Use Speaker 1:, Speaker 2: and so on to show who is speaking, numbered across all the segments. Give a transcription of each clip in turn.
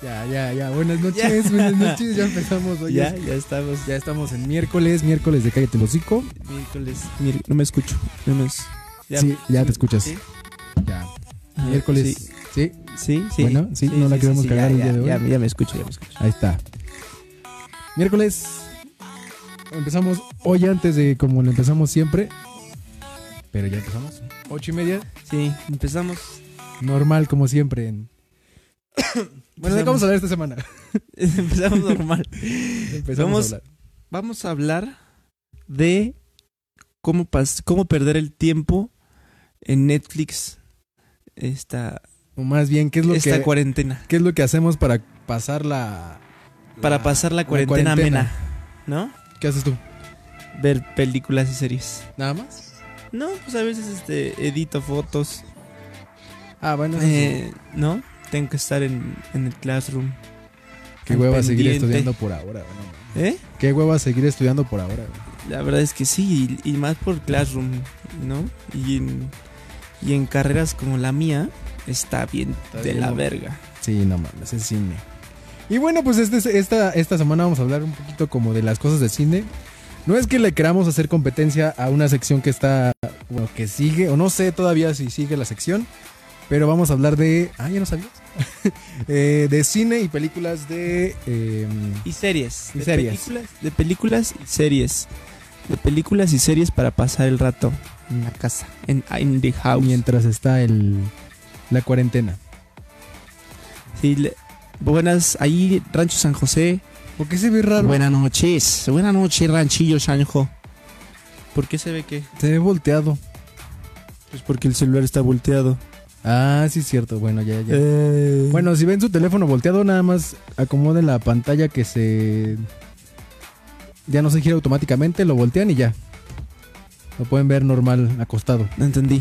Speaker 1: Ya, ya, ya. Buenas noches, buenas noches. Ya empezamos hoy.
Speaker 2: ya,
Speaker 1: es-
Speaker 2: ya estamos.
Speaker 1: ya estamos en miércoles, miércoles de Cállate el Hocico.
Speaker 2: Miércoles. miér- no me escucho. No me es-
Speaker 1: Sí, ya te escuchas.
Speaker 2: ¿Sí?
Speaker 1: Ya.
Speaker 2: Ah,
Speaker 1: Miércoles. Sí.
Speaker 2: Sí, sí. sí.
Speaker 1: Bueno, sí, no la queremos
Speaker 2: ya,
Speaker 1: cagar el
Speaker 2: ya,
Speaker 1: día de hoy.
Speaker 2: Ya, ya me escucho, ya me escucho.
Speaker 1: Ahí está. Miércoles. Empezamos hoy antes de como lo empezamos siempre. Pero ya empezamos. Ocho y media.
Speaker 2: Sí, empezamos.
Speaker 1: Normal, como siempre. en- Bueno, ¿de qué Pues vamos
Speaker 2: Empezamos.
Speaker 1: a hablar esta semana?
Speaker 2: empezamos normal.
Speaker 1: Empezamos
Speaker 2: Vamos-
Speaker 1: a hablar.
Speaker 2: Vamos a hablar de cómo, pas- cómo perder el tiempo en Netflix esta,
Speaker 1: O más bien, ¿qué es lo,
Speaker 2: esta
Speaker 1: que,
Speaker 2: cuarentena.
Speaker 1: qué es lo que hacemos para pasar la...
Speaker 2: Para
Speaker 1: la-
Speaker 2: pasar la cuarentena,
Speaker 1: cuarentena.
Speaker 2: amena, ¿no?
Speaker 1: ¿Qué haces tú?
Speaker 2: Ver películas y series.
Speaker 1: ¿Nada más?
Speaker 2: No, pues a veces este, edito fotos.
Speaker 1: Ah, bueno. eso sí.
Speaker 2: Eh, no, tengo que estar en, en el classroom.
Speaker 1: Qué
Speaker 2: al
Speaker 1: hueva seguir
Speaker 2: pendiente.
Speaker 1: estudiando por ahora, güey, no mames.
Speaker 2: ¿Eh?
Speaker 1: Qué hueva seguir estudiando por ahora, güey.
Speaker 2: La verdad es que sí, y, y más por classroom, ¿no? Y en, y en carreras como la mía, está bien de
Speaker 1: bien,
Speaker 2: la
Speaker 1: ¿no?
Speaker 2: verga.
Speaker 1: Sí, no mames, es cine. Y bueno, pues este, esta, esta semana vamos a hablar un poquito como de las cosas de cine. No es que le queramos hacer competencia a una sección que está, bueno, que sigue, o no sé todavía si sigue la sección, pero vamos a hablar de... Ah, ya no sabías. Eh, de cine y películas de... eh,
Speaker 2: Y series.
Speaker 1: Y
Speaker 2: de
Speaker 1: series.
Speaker 2: Películas, de películas y series. De películas y series para pasar el rato en la casa, en in the house.
Speaker 1: mientras está el, la cuarentena.
Speaker 2: Sí, le- buenas, ahí Rancho San José.
Speaker 1: ¿Por qué se ve raro?
Speaker 2: Buenas noches. Buenas noches, Ranchillo Sanjo. ¿Por qué se ve que?
Speaker 1: Se ve volteado.
Speaker 2: Pues porque el celular está volteado. Eh,
Speaker 1: Ah, sí, es cierto. Bueno, ya, ya. Bueno, si ven su teléfono volteado, nada más acomoden la pantalla que se. Ya no se gira automáticamente, lo voltean y ya. Lo pueden ver normal, acostado.
Speaker 2: no entendí.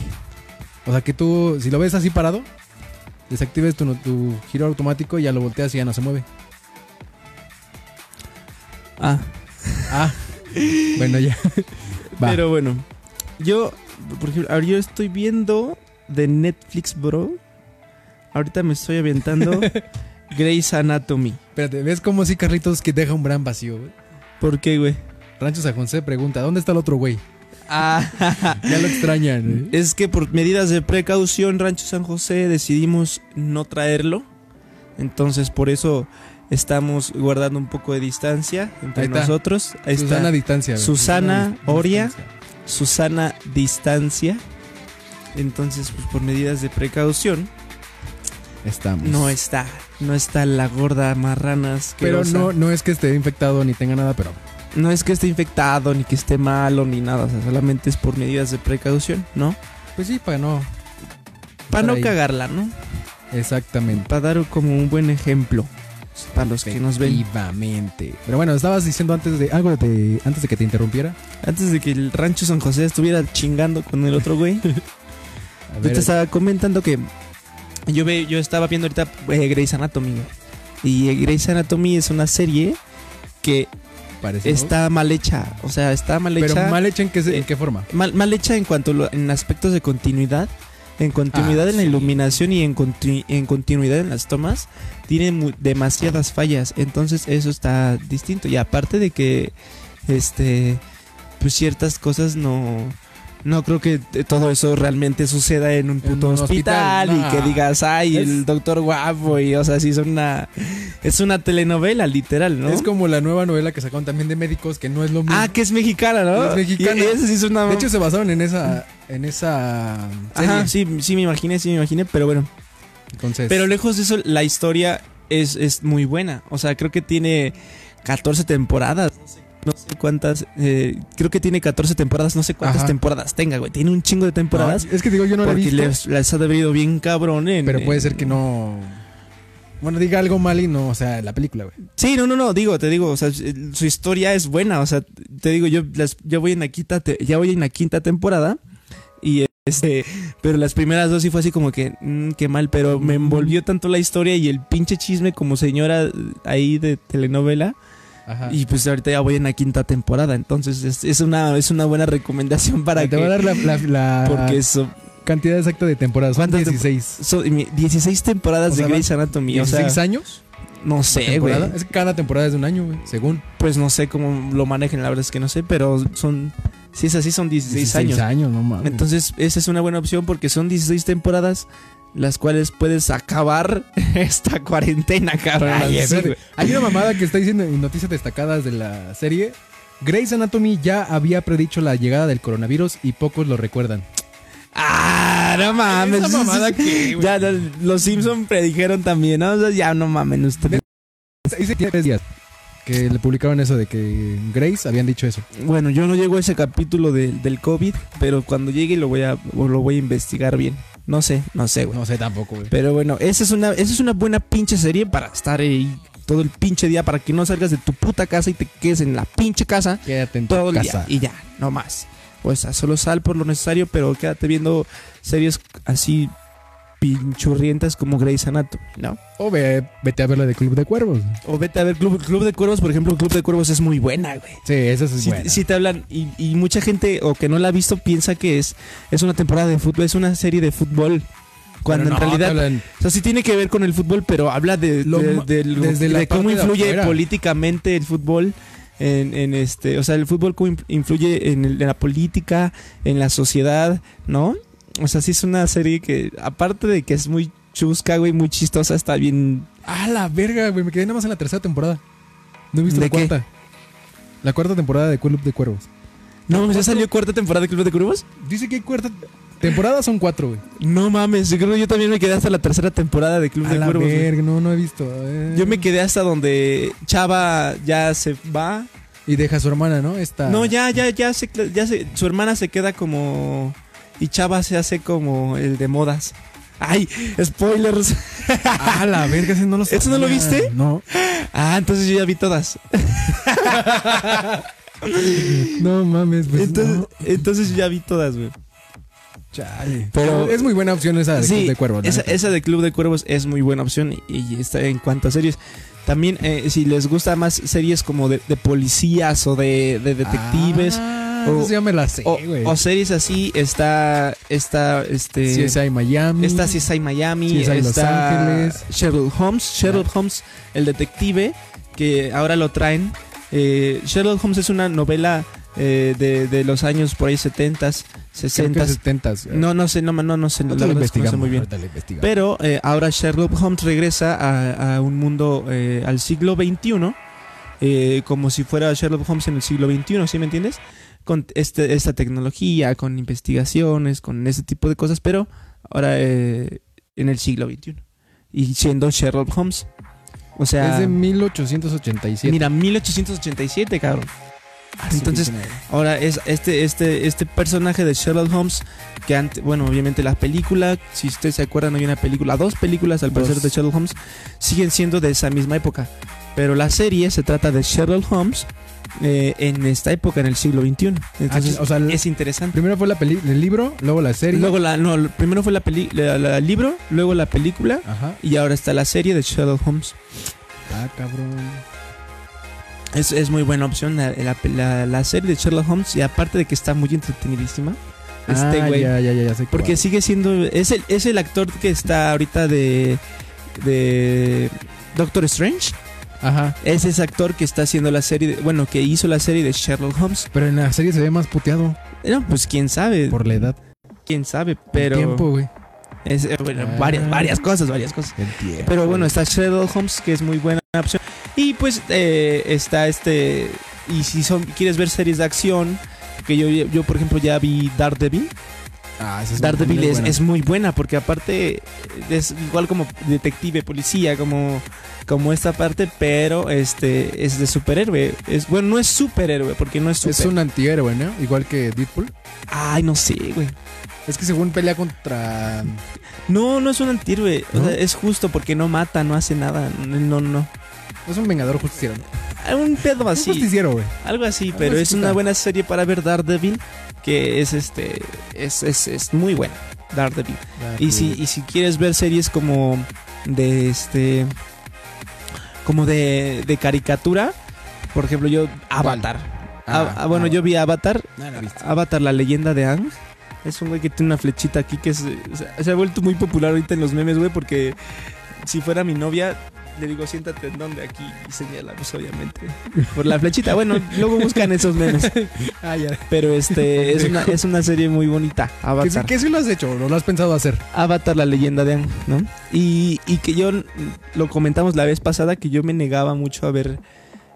Speaker 1: O sea que tú, si lo ves así parado, desactives tu, no- tu giro automático y ya lo volteas y ya no se mueve.
Speaker 2: Ah,
Speaker 1: Ah, bueno, ya. Va.
Speaker 2: pero bueno, yo, por ejemplo, ahora yo estoy viendo de Netflix, bro. Ahorita me estoy aventando Grey's Anatomy.
Speaker 1: Espérate, ¿ves cómo sí, Carlitos, que deja un gran vacío? güey?
Speaker 2: ¿Por qué, güey?
Speaker 1: Rancho San José pregunta: ¿dónde está el otro güey?
Speaker 2: Ah,
Speaker 1: Ya lo extrañan. ¿eh?
Speaker 2: es que por medidas de precaución, Rancho San José decidimos no traerlo. Entonces, por eso estamos guardando un poco de distancia entre
Speaker 1: Ahí está.
Speaker 2: nosotros. Ahí está.
Speaker 1: Susana Distancia. güey.
Speaker 2: Susana
Speaker 1: Di- Distancia.
Speaker 2: Oria. Susana distancia. Entonces, pues por medidas de precaución,
Speaker 1: Estamos.
Speaker 2: no está, no está la gorda marranas.
Speaker 1: Pues Pero no, no es que esté infectado ni tenga nada, pero
Speaker 2: no es que esté infectado, ni que esté malo, ni nada. O sea, solamente es por medidas de precaución, ¿no?
Speaker 1: Pues sí, para no.
Speaker 2: Para no
Speaker 1: ahí.
Speaker 2: cagarla, ¿no?
Speaker 1: Exactamente.
Speaker 2: Para dar como un buen ejemplo para los que nos ven.
Speaker 1: Vivamente. Pero bueno, estabas diciendo antes de algo de antes de que te interrumpiera.
Speaker 2: Antes de que el rancho San José estuviera chingando con el otro güey,
Speaker 1: A
Speaker 2: Yo
Speaker 1: ver,
Speaker 2: te estaba comentando que yo, ve, yo estaba viendo ahorita eh, Grey's Anatomy. güey. Y eh, Grey's Anatomy es una serie que
Speaker 1: parece, ¿no?
Speaker 2: está mal hecha. O sea, está mal
Speaker 1: Pero
Speaker 2: hecha. mal...
Speaker 1: mal hecha en qué, se- en
Speaker 2: eh,
Speaker 1: qué forma.
Speaker 2: mal hecha en cuanto a lo- en aspectos de continuidad. En continuidad
Speaker 1: Ah,
Speaker 2: en la
Speaker 1: sí.
Speaker 2: iluminación y en, continu- en continuidad en las tomas. Tiene mu- demasiadas fallas. Entonces eso está distinto. Y aparte de que este pues ciertas cosas no no creo que t- todo eso realmente suceda en un
Speaker 1: En
Speaker 2: puto
Speaker 1: un hospital,
Speaker 2: hospital,
Speaker 1: nah.
Speaker 2: y que digas ay
Speaker 1: Es-
Speaker 2: el doctor guapo y o sea sí es una es una telenovela literal no
Speaker 1: Es como la nueva novela que sacaron también de médicos que no es lo mismo.
Speaker 2: ah que es mexicana no
Speaker 1: Es mexicana.
Speaker 2: Y- y eso sí es una
Speaker 1: de hecho se basaron en esa en esa serie.
Speaker 2: ajá sí sí me imaginé sí me imaginé pero bueno
Speaker 1: Entonces,
Speaker 2: pero lejos de eso la historia es es muy buena o sea creo que tiene 14 temporadas no sé- no sé cuántas, eh, creo que tiene 14 temporadas, no sé cuántas
Speaker 1: Ajá.
Speaker 2: temporadas tenga, güey. Tiene un chingo de
Speaker 1: no,
Speaker 2: temporadas.
Speaker 1: es que digo yo no la he
Speaker 2: porque
Speaker 1: visto,
Speaker 2: les, les ha debido bien cabrón en-
Speaker 1: pero puede
Speaker 2: en-
Speaker 1: ser que no bueno, diga algo mal y no, o sea, la película, güey.
Speaker 2: Sí, no, no, no, digo, te digo, o sea, su historia es buena, o sea, te digo, yo, las, yo voy en la quinta, te- ya voy en la quinta temporada y este, pero las primeras dos sí fue así como que, mm, qué mal, pero me envolvió tanto la historia y el pinche chisme como señora ahí de telenovela
Speaker 1: Ajá.
Speaker 2: y pues ahorita ya voy en la quinta temporada, entonces es, es una, es una buena recomendación para
Speaker 1: te
Speaker 2: que,
Speaker 1: voy a dar la, la- la
Speaker 2: porque eso,
Speaker 1: cantidad exacta de temporadas, son
Speaker 2: ¿Cuántas tempo-
Speaker 1: 16.
Speaker 2: son 16 temporadas
Speaker 1: O sea,
Speaker 2: de Grey's Anatomy, o sea,
Speaker 1: ¿16 años?
Speaker 2: No sé, güey.
Speaker 1: temporada. Es que cada temporada es de un año, güey, según.
Speaker 2: Pues no sé cómo lo manejen, la verdad es que no sé, pero son. Si es así, son 16, años.
Speaker 1: años, no mames.
Speaker 2: Entonces, esa es una buena opción porque son 16 temporadas las cuales puedes acabar esta cuarentena, cabrón.
Speaker 1: Ay,
Speaker 2: así,
Speaker 1: espérate.
Speaker 2: güey.
Speaker 1: Hay una mamada que está diciendo en noticias destacadas de la serie. Grey's Anatomy ya había predicho la llegada del coronavirus y pocos lo recuerdan.
Speaker 2: Ah, no mames.
Speaker 1: ¿Esa mamada qué, güey?
Speaker 2: Ya, ya, los Simpson predijeron también, ¿no? O sea, ya no mamen ustedes.
Speaker 1: Dice que tiene tres días que le publicaron eso de que Grace habían dicho eso.
Speaker 2: Bueno, yo no llego a ese capítulo de- del COVID, pero cuando llegue lo voy a o lo voy a investigar bien. No sé, no sé, güey.
Speaker 1: Pues No sé tampoco, güey.
Speaker 2: Pero bueno, esa es una esa es una buena pinche serie para estar ahí todo el pinche día para que no salgas de tu puta casa y te quedes en la pinche casa
Speaker 1: Quédate en tu
Speaker 2: todo el
Speaker 1: casa.
Speaker 2: día y ya, no más. O sea, solo sal por lo necesario, pero quédate viendo series así pinchurrientas como Grey's Anatomy, ¿no?
Speaker 1: O ve- vete a ver la de Club de Cuervos.
Speaker 2: O vete a ver Club, Club de Cuervos, por ejemplo, Club de Cuervos es muy buena, güey.
Speaker 1: Sí, esa es
Speaker 2: Si,
Speaker 1: buena.
Speaker 2: si te hablan, y, y mucha gente o que no la ha visto piensa que es, es una temporada de fútbol, es una serie de fútbol. Cuando
Speaker 1: Pero
Speaker 2: en
Speaker 1: no, te
Speaker 2: realidad,
Speaker 1: hablan-
Speaker 2: o sea, sí tiene que ver con el fútbol, pero habla de,
Speaker 1: Lo
Speaker 2: de-
Speaker 1: ma-
Speaker 2: del-
Speaker 1: desde la
Speaker 2: de cómo
Speaker 1: parte de
Speaker 2: influye
Speaker 1: afuera.
Speaker 2: políticamente el fútbol. En, en este, o sea, el fútbol cómo in- influye en, el- en la política, en la sociedad, ¿no? O sea, sí es una serie que, aparte de que es muy chusca, güey, muy chistosa, está bien.
Speaker 1: Ah, la verga, güey. Me quedé nada más en la tercera temporada. No he visto
Speaker 2: ¿De
Speaker 1: la
Speaker 2: qué?
Speaker 1: cuarta. La cuarta temporada de Club de Cuervos.
Speaker 2: No, ¿ya salió cuarta temporada de Club de Cuervos?
Speaker 1: Dice que hay cuarta temporada son cuatro, güey.
Speaker 2: No mames, yo creo que yo también me quedé hasta la tercera temporada de Club
Speaker 1: A
Speaker 2: de
Speaker 1: la
Speaker 2: Cuervos. güey.
Speaker 1: verga, no, no he visto. Eh.
Speaker 2: Yo me quedé hasta donde Chava ya se va.
Speaker 1: Y deja a su hermana, ¿no? Esta...
Speaker 2: No, ya, ya, ya se, ya se- su hermana se queda como y Chava se hace como el de modas. Ay, spoilers.
Speaker 1: Ah, la verga, ese no lo
Speaker 2: ¿Eso no
Speaker 1: sabía.
Speaker 2: lo viste?
Speaker 1: No.
Speaker 2: Ah, entonces yo ya vi todas.
Speaker 1: No mames, pues.
Speaker 2: Entonces,
Speaker 1: no.
Speaker 2: entonces yo ya vi todas, güey.
Speaker 1: Chale.
Speaker 2: Pero-
Speaker 1: es muy buena opción esa Ah, de Club de Cuervos. la
Speaker 2: Esa,
Speaker 1: neta.
Speaker 2: esa de Club de Cuervos es muy buena opción y, y está en cuanto a series. También, eh, si les gusta más series como de, de policías o de, de detectives
Speaker 1: Ah,
Speaker 2: o-
Speaker 1: esa ya me la sé,
Speaker 2: o,
Speaker 1: güey.
Speaker 2: o series así, está, está, este,
Speaker 1: CSI Miami.
Speaker 2: está CSI Miami,
Speaker 1: CSI Los
Speaker 2: está
Speaker 1: Ángeles.
Speaker 2: Sherlock Holmes, Sherlock Holmes, el detective, que ahora lo traen. Eh, Sherlock Holmes es una novela eh, de, de los años por ahí 70s, 60s.
Speaker 1: 70.
Speaker 2: No, no sé, no, no, no sé, la
Speaker 1: Ahorita lo
Speaker 2: verdad es que no sé
Speaker 1: investigamos.
Speaker 2: muy bien.
Speaker 1: ahorita lo investigamos.
Speaker 2: Pero eh, ahora Sherlock Holmes regresa a, a un mundo, eh, al siglo XXI, eh, como si fuera Sherlock Holmes en el siglo XXI, ¿sí me entiendes? Con este, esta tecnología, con investigaciones, con ese tipo de cosas, pero ahora eh, en el siglo XXI. Y siendo Sherlock Holmes. O sea,
Speaker 1: es de 1887.
Speaker 2: mira, 1887, cabrón. Entonces, Ahora es este este este personaje de Sherlock Holmes que antes, bueno, obviamente la película, si ustedes se acuerdan, hay una película, dos películas al parecer
Speaker 1: Dos.
Speaker 2: de Sherlock Holmes siguen siendo de esa misma época, pero la serie se trata de Sherlock Holmes eh, en esta época en el siglo XXI. Entonces,
Speaker 1: o sea,
Speaker 2: es interesante.
Speaker 1: primero fue la peli el libro, luego la serie.
Speaker 2: Ah, Luego la no, primero fue la peli la- la libro, luego la película
Speaker 1: Ajá.
Speaker 2: y ahora está la serie de Sherlock Holmes.
Speaker 1: Ah, cabrón.
Speaker 2: Es, es muy buena opción la, la- la- la serie de Sherlock Holmes y aparte de que está muy entretenidísima. Este
Speaker 1: ah,
Speaker 2: güey
Speaker 1: Ya, ya, ya, ya sé
Speaker 2: Porque
Speaker 1: cuál.
Speaker 2: sigue siendo. Es el, es el actor que está ahorita de. de. Doctor Strange.
Speaker 1: Ajá.
Speaker 2: Es ese actor que está haciendo la serie. de- bueno, que hizo la serie de Sherlock Holmes.
Speaker 1: Pero en la serie se ve más puteado
Speaker 2: No, pues quién sabe.
Speaker 1: por la edad.
Speaker 2: quién sabe.
Speaker 1: El tiempo,
Speaker 2: Pero.
Speaker 1: güey.
Speaker 2: Es, eh, bueno,
Speaker 1: Ah.
Speaker 2: varias, varias cosas, varias cosas.
Speaker 1: El tiempo.
Speaker 2: Pero bueno, está Sherlock Holmes, que es muy buena opción. Y pues eh, está este. Y si son, quieres ver series de acción. Que yo, yo, por ejemplo, ya vi Daredevil.
Speaker 1: Ah, esa es
Speaker 2: Daredevil
Speaker 1: muy
Speaker 2: es,
Speaker 1: buena.
Speaker 2: es muy buena porque aparte es igual como detective, policía, como, como esta parte, pero este es de superhéroe. Es, bueno, no es superhéroe porque no es super.
Speaker 1: Es un antihéroe, ¿no? Igual que Deadpool.
Speaker 2: Ay, no sé, güey.
Speaker 1: Es que según pelea contra.
Speaker 2: No, no es un antihéroe. O
Speaker 1: ¿No?
Speaker 2: sea, es justo porque no mata, no hace nada. No, no.
Speaker 1: Es un vengador justiciero. ¿no?
Speaker 2: Hay Un pedo
Speaker 1: Un
Speaker 2: así.
Speaker 1: justiciero, güey.
Speaker 2: Algo así,
Speaker 1: Algo
Speaker 2: pero
Speaker 1: así
Speaker 2: es
Speaker 1: está.
Speaker 2: una buena serie para ver Daredevil. Que es este. Es, es, es muy buena. Daredevil. Ah, Y si, y si quieres ver series como de este. como de, de caricatura, por ejemplo, yo. Avatar. Ah, ah, bueno, yo vi Ah, Avatar.
Speaker 1: No, no, Ah, viste.
Speaker 2: Avatar, la leyenda de Aang. Es un güey que tiene una flechita aquí que es- se, se ha vuelto muy popular ahorita en los memes, güey, porque si fuera mi novia, le digo, siéntate en donde aquí y señala, pues obviamente, por la flechita. Bueno, luego buscan esos memes.
Speaker 1: Ah, ya.
Speaker 2: Pero este es una, es una serie muy bonita.
Speaker 1: ¿Qué, sí-
Speaker 2: Avatar.
Speaker 1: qué sí lo has hecho? ¿Lo, lo has pensado hacer?
Speaker 2: Avatar, la leyenda de Aang, ¿no? Y, y que yo lo comentamos la vez pasada que yo me negaba mucho a ver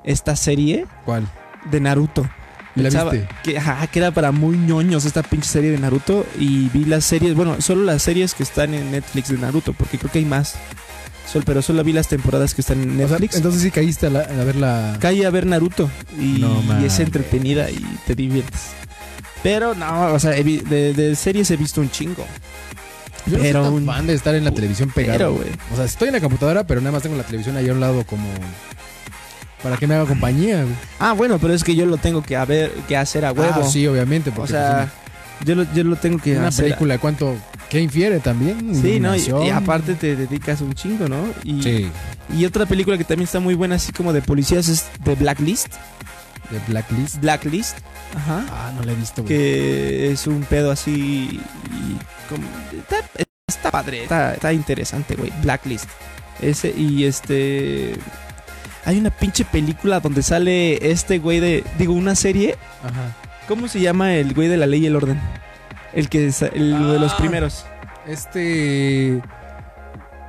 Speaker 2: esta serie
Speaker 1: ¿Cuál?
Speaker 2: de Naruto.
Speaker 1: ¿La
Speaker 2: Pensaba
Speaker 1: viste?
Speaker 2: Que, ajá, que era para muy ñoños esta pinche serie de Naruto. Y vi las series, bueno, solo las series que están en Netflix de Naruto, porque creo que hay más. Sol, pero solo vi las temporadas que están en
Speaker 1: O sea,
Speaker 2: Netflix.
Speaker 1: entonces sí caíste a, la- a ver la...
Speaker 2: Calle a ver Naruto y,
Speaker 1: No
Speaker 2: y es
Speaker 1: mames.
Speaker 2: entretenida y te diviertes. Pero no, o sea, he vi- de, de series he visto un chingo.
Speaker 1: Yo no soy
Speaker 2: Pero
Speaker 1: tan
Speaker 2: un-
Speaker 1: fan de estar en la televisión pegado.
Speaker 2: Pero, güey.
Speaker 1: O sea, estoy en la computadora, pero nada más tengo la televisión ahí a un lado como... Para que me haga compañía. güey.
Speaker 2: Ah, bueno, pero es que yo lo tengo que, haber, que hacer a
Speaker 1: Ah,
Speaker 2: huevo.
Speaker 1: sí, obviamente.
Speaker 2: o
Speaker 1: Porque
Speaker 2: sea, yo lo, yo lo tengo
Speaker 1: pues,
Speaker 2: que
Speaker 1: una, una
Speaker 2: hacer.
Speaker 1: película, ¿cuánto? ¿Qué infiere también?
Speaker 2: Sí, ¿no?
Speaker 1: Iluminación.
Speaker 2: Y, y aparte te dedicas un chingo, ¿no? Y,
Speaker 1: Sí,
Speaker 2: y otra película que también está muy buena, así como de policías, es The Blacklist.
Speaker 1: de Blacklist.
Speaker 2: Blacklist. Ajá.
Speaker 1: Ah, no la he visto, güey.
Speaker 2: que es un pedo así y como- está, está padre, está, está interesante, güey. Blacklist. Ese y este hay una pinche película donde sale este güey de digo una serie,
Speaker 1: Ajá.
Speaker 2: ¿cómo se llama el güey de la ley y el orden? El que es el de los
Speaker 1: Ah.
Speaker 2: primeros.
Speaker 1: Este...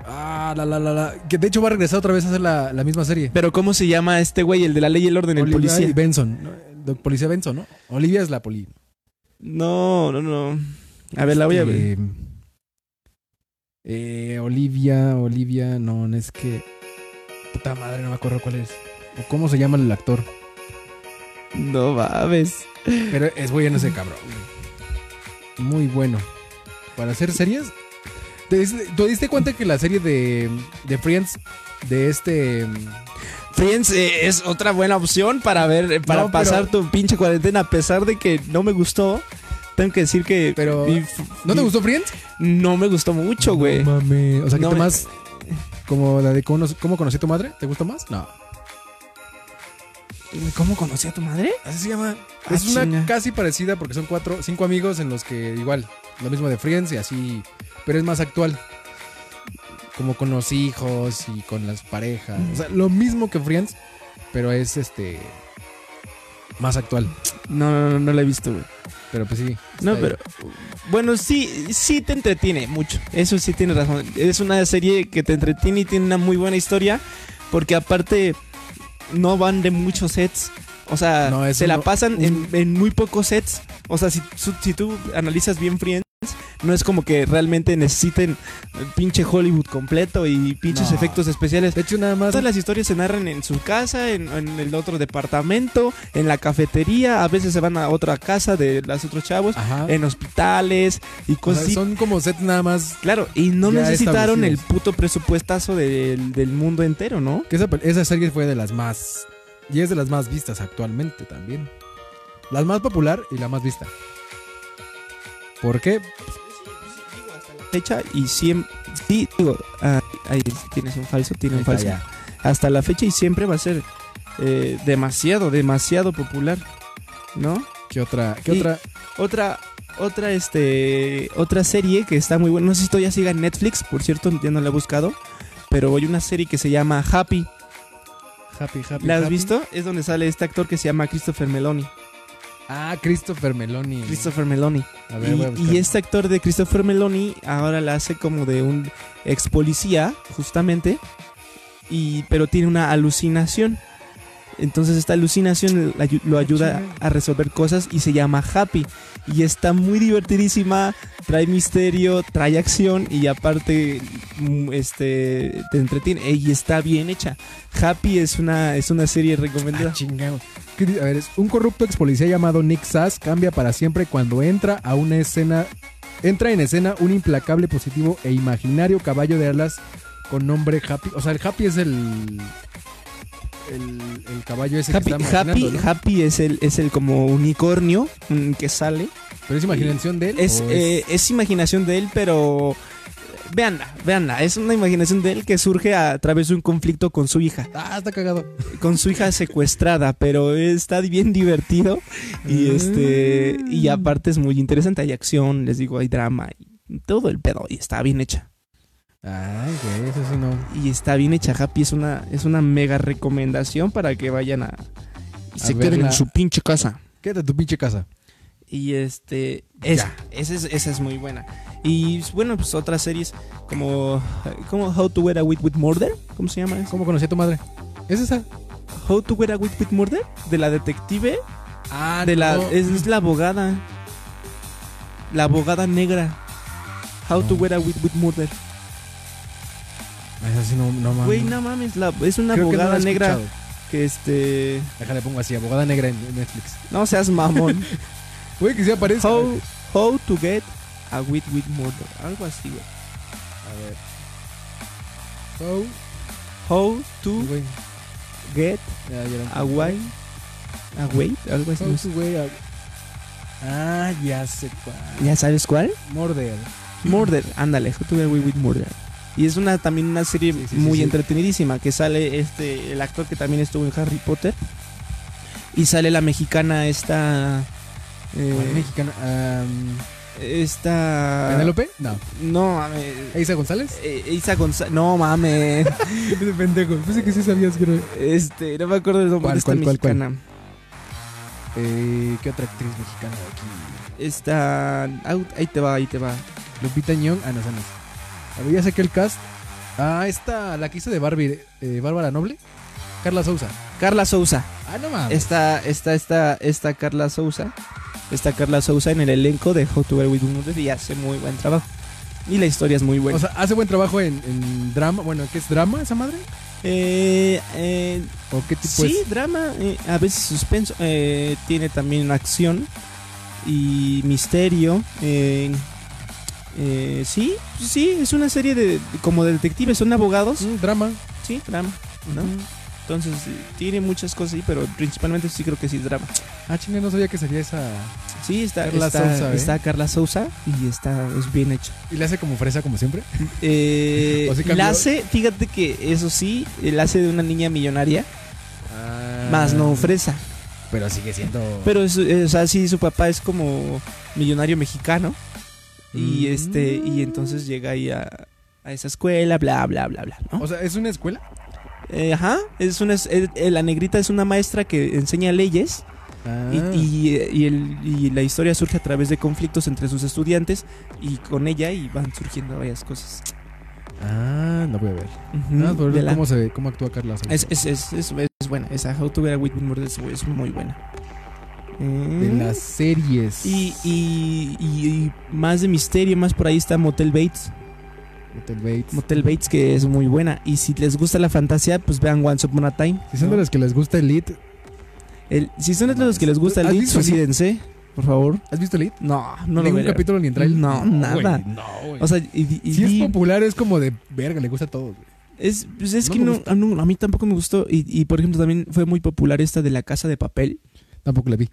Speaker 1: Ah, la, la, la, la. Que de hecho va a regresar otra vez a hacer la, la misma serie.
Speaker 2: Pero ¿cómo se llama este güey el de la ley y el orden, el
Speaker 1: Olivia
Speaker 2: policía?
Speaker 1: y Benson. ¿no? El policía Benson, ¿no? Olivia es la poli.
Speaker 2: No, no, no. A ver, la Ah, voy a ver.
Speaker 1: Eh, eh, Olivia, Olivia, no, no es que. Puta madre, no me acuerdo cuál es. O cómo se llama el actor.
Speaker 2: No mames.
Speaker 1: Pero es bueno ese cabrón. güey. Muy bueno. ¿Para hacer series? ¿Te, diste- te diste cuenta que la serie de, de Friends, de este.
Speaker 2: Friends eh, es otra buena opción para ver, eh, para
Speaker 1: No, pero-
Speaker 2: pasar tu pinche cuarentena. A pesar de que no me gustó, tengo que decir que.
Speaker 1: Pero,
Speaker 2: vi-
Speaker 1: ¿No te
Speaker 2: vi-
Speaker 1: gustó Friends?
Speaker 2: No me gustó mucho, güey.
Speaker 1: No mames. O sea, ¿qué
Speaker 2: No
Speaker 1: te
Speaker 2: me-
Speaker 1: más? Como la de cómo, cómo conocí a tu madre, ¿te gustó más? No.
Speaker 2: ¿Cómo conocí a tu madre?
Speaker 1: Así se llama.
Speaker 2: Ah,
Speaker 1: es una
Speaker 2: chinga.
Speaker 1: casi parecida porque son cuatro, cinco amigos en los que igual, lo mismo de Friends y así, pero es más actual. Como con los hijos y con las parejas. O sea, lo mismo que Friends, pero es este más actual.
Speaker 2: No, no, no, no la he visto, güey.
Speaker 1: Pero pues sí. está
Speaker 2: No,
Speaker 1: ahí.
Speaker 2: pero. Bueno, sí, sí te entretiene mucho. Eso sí tienes razón. Es una serie que te entretiene y tiene una muy buena historia. Porque aparte, no van de muchos sets. O sea,
Speaker 1: No, es
Speaker 2: se la
Speaker 1: uno-
Speaker 2: pasan
Speaker 1: un-
Speaker 2: en, en muy pocos sets. O sea, si, su- si tú analizas bien Friends, no es como que realmente necesiten pinche Hollywood completo y pinches
Speaker 1: No.
Speaker 2: efectos especiales.
Speaker 1: De hecho, nada más.
Speaker 2: Todas las historias se narran en su casa, en, en el otro departamento, en la cafetería. A veces se van a otra casa de los otros chavos
Speaker 1: Ajá.
Speaker 2: en hospitales y
Speaker 1: O
Speaker 2: cosas
Speaker 1: sea,
Speaker 2: así.
Speaker 1: son como sets nada más.
Speaker 2: Claro, y no
Speaker 1: ya
Speaker 2: necesitaron el
Speaker 1: establecidos.
Speaker 2: puto presupuestazo del, del mundo entero, ¿no?
Speaker 1: Que esa, esa serie fue de las más. Y es de las más vistas actualmente también. La más popular y la más vista. ¿Por qué?
Speaker 2: Fecha y siempre. Sí, digo, ah, ahí tienes un falso, tiene un
Speaker 1: Ahí está
Speaker 2: falso.
Speaker 1: ya.
Speaker 2: Hasta la fecha y siempre va a ser eh, demasiado, demasiado popular, ¿no?
Speaker 1: ¿Qué otra? ¿Qué
Speaker 2: Y-
Speaker 1: otra?
Speaker 2: Otra, otra, este, otra serie que está muy buena. No sé si todavía siga en Netflix, por cierto, ya no la he buscado. Pero hay una serie que se llama Happy.
Speaker 1: Happy, happy.
Speaker 2: ¿La has
Speaker 1: happy.
Speaker 2: visto? Es donde sale este actor que se llama Christopher Meloni.
Speaker 1: Ah, Christopher Meloni.
Speaker 2: Christopher Meloni.
Speaker 1: A
Speaker 2: Y-
Speaker 1: ver, voy a buscar.
Speaker 2: y, este actor de Christopher Meloni ahora la hace como de un ex policía, justamente, y, pero tiene una alucinación. Entonces esta alucinación la ayu- lo ayuda
Speaker 1: Ah, chinga.
Speaker 2: a resolver cosas y se llama Happy. Y está muy divertidísima, trae misterio, trae acción y aparte mm, este, te entretiene. Y está bien hecha. Happy es una, es una serie
Speaker 1: Ah,
Speaker 2: recomendada.
Speaker 1: chingado. ¿Qué dice? A ver, es un corrupto ex policía llamado Nick Sass cambia para siempre cuando entra a una escena. Entra en escena un implacable, positivo e imaginario caballo de alas con nombre Happy. O sea, el Happy es el. El, el caballo ese
Speaker 2: Happy,
Speaker 1: Este que está
Speaker 2: Happy,
Speaker 1: imaginando, ¿no?
Speaker 2: Happy es el, es el como unicornio mm, que sale.
Speaker 1: Pero es imaginación de él.
Speaker 2: Es,
Speaker 1: o
Speaker 2: eh, es imaginación de él, pero. Veanla, veanla. Es una imaginación de él que surge a través de un conflicto con su hija.
Speaker 1: Ah, está cagado.
Speaker 2: Con su hija secuestrada, pero está bien divertido.
Speaker 1: Ah.
Speaker 2: Y este.
Speaker 1: Mm.
Speaker 2: Y aparte es muy interesante. Hay acción, les digo, hay drama. Y todo el pedo. Y está bien hecha.
Speaker 1: Ay, güey, eso sí no.
Speaker 2: Y está bien hecha, Happy. Es una, es una mega recomendación para que vayan a. Y
Speaker 1: A
Speaker 2: se queden
Speaker 1: verla.
Speaker 2: en su pinche casa.
Speaker 1: Quédate en tu pinche casa.
Speaker 2: Y este. Esa, esa es, esa es muy buena. Y bueno, pues otras series como. como How to Get Away with Murder. ¿Cómo se llama eso?
Speaker 1: ¿Cómo conocí a tu madre? ¿Es esa?
Speaker 2: How to Get Away with Murder. De la detective.
Speaker 1: Ah,
Speaker 2: De la, es, es la abogada. La abogada negra. How to
Speaker 1: No.
Speaker 2: Get Away with Murder.
Speaker 1: Esa sí no, no mames.
Speaker 2: Güey, no mames. la- es una
Speaker 1: Ah. Creo que no la
Speaker 2: abogada
Speaker 1: he
Speaker 2: negra
Speaker 1: escuchado.
Speaker 2: que este.
Speaker 1: Déjale, pongo así, abogada negra en en Netflix.
Speaker 2: No seas mamón.
Speaker 1: Güey, que sí aparece.
Speaker 2: How, how to get a wit with murder. Algo así, güey.
Speaker 1: A ver. How-
Speaker 2: How to
Speaker 1: güey.
Speaker 2: get
Speaker 1: Ya, ya lo encontré.
Speaker 2: away. Away, algo así.
Speaker 1: How
Speaker 2: no
Speaker 1: to
Speaker 2: sé.
Speaker 1: wait a- Ah, ya sé cuál.
Speaker 2: ¿Ya sabes cuál?
Speaker 1: Morder.
Speaker 2: Murder, ándale, How to get away with murder. Y es una también una serie
Speaker 1: Sí, sí, sí,
Speaker 2: muy
Speaker 1: sí.
Speaker 2: entretenidísima que sale este el actor que también estuvo en Harry Potter y sale la mexicana esta eh,
Speaker 1: ¿Cuál mexicana? Am,
Speaker 2: esta
Speaker 1: Ah. ¿Penélope? No.
Speaker 2: no mames
Speaker 1: ¿Eisa González?
Speaker 2: eh, Isa González no mames
Speaker 1: Ese pendejo. Pensé que sí sabías, creo.
Speaker 2: Este, no me acuerdo el nombre
Speaker 1: ¿Cuál,
Speaker 2: de esta
Speaker 1: cuál, cuál, cuál?
Speaker 2: mexicana.
Speaker 1: Eh, ¿Qué otra actriz mexicana de aquí?
Speaker 2: Esta. au- ahí te va, ahí te va.
Speaker 1: Lupita Ñón. Ah, no, esa no es. A ver, ya saqué el cast. Ah, esta, la que hizo de Barbie, eh, Bárbara Noble. Carla Souza.
Speaker 2: Carla Souza.
Speaker 1: Ah, no mames.
Speaker 2: Esta, esta, esta, esta Carla Souza. Esta Carla Souza en el elenco de How to Get Away with Murder y hace muy buen trabajo. Y la historia es muy buena.
Speaker 1: O sea, hace buen trabajo en, en drama. Bueno, ¿qué es drama esa madre?
Speaker 2: Eh, eh,
Speaker 1: ¿O qué tipo
Speaker 2: sí,
Speaker 1: es?
Speaker 2: drama, eh, a veces suspenso. eh, tiene también acción y misterio. eh, eh, sí, sí, es una serie de como de detectives, son abogados.
Speaker 1: Mm, drama.
Speaker 2: Sí, drama, ¿no?
Speaker 1: Ujú.
Speaker 2: Entonces, eh, tiene muchas cosas ahí, pero principalmente sí creo que sí es drama.
Speaker 1: Ah, chinga, no sabía que sería esa.
Speaker 2: Sí, está
Speaker 1: Carla
Speaker 2: Carla está,
Speaker 1: Sousa, ¿eh?
Speaker 2: está Carla Sousa y está es bien hecho.
Speaker 1: Y le hace como fresa, como siempre.
Speaker 2: Eh,
Speaker 1: ¿O sí cambió?
Speaker 2: la hace, fíjate que eso sí, eh, la hace de una niña millonaria,
Speaker 1: Ah.
Speaker 2: más no fresa.
Speaker 1: Pero sigue siendo.
Speaker 2: Pero, es, eh, o sea, sí, su papá es como millonario mexicano y
Speaker 1: Mm.
Speaker 2: este y entonces llega ahí a, a esa escuela, bla, bla, bla, bla. ¿no?
Speaker 1: O sea, ¿es una escuela?
Speaker 2: Eh, ajá, es una, es- eh, eh, la negrita es una maestra que enseña leyes. Y,
Speaker 1: Ah.
Speaker 2: y, eh, y el- y la historia surge a través de conflictos entre sus estudiantes y con ella y van surgiendo varias cosas.
Speaker 1: Ah, no voy a ver.
Speaker 2: Ujú,
Speaker 1: Nada más por
Speaker 2: Mm, de
Speaker 1: ver
Speaker 2: la-
Speaker 1: cómo, se ve, cómo actúa Carla. Sousa.
Speaker 2: es, es, es, es- es buena. Esa How to Get Away with Murder es, es muy buena. Eh,
Speaker 1: De las series.
Speaker 2: y, y- y- y más de misterio, más por ahí está Motel Bates.
Speaker 1: Hotel Bates.
Speaker 2: Motel Bates que es muy buena. Y si les gusta la fantasía, pues vean Once Upon a Time.
Speaker 1: Si son de
Speaker 2: ¿no?
Speaker 1: los que les gusta Elite.
Speaker 2: El- si son de los que les gusta
Speaker 1: ¿Has
Speaker 2: el lead,
Speaker 1: visto eh? el lead?
Speaker 2: suicídense, por favor.
Speaker 1: ¿Has visto Elite?
Speaker 2: No, no lo
Speaker 1: Ningún
Speaker 2: vean.
Speaker 1: capítulo ni en trailer.
Speaker 2: No, nada.
Speaker 1: güey, no, güey.
Speaker 2: O sea, y, y- y
Speaker 1: si
Speaker 2: vi-
Speaker 1: es popular, es como de verga, le gusta a todos. güey.
Speaker 2: Es, pues es
Speaker 1: No
Speaker 2: que
Speaker 1: me
Speaker 2: no,
Speaker 1: gusta.
Speaker 2: no, a mí tampoco me gustó. Y, y, por ejemplo, también fue muy popular esta de la casa de papel.
Speaker 1: Tampoco la vi.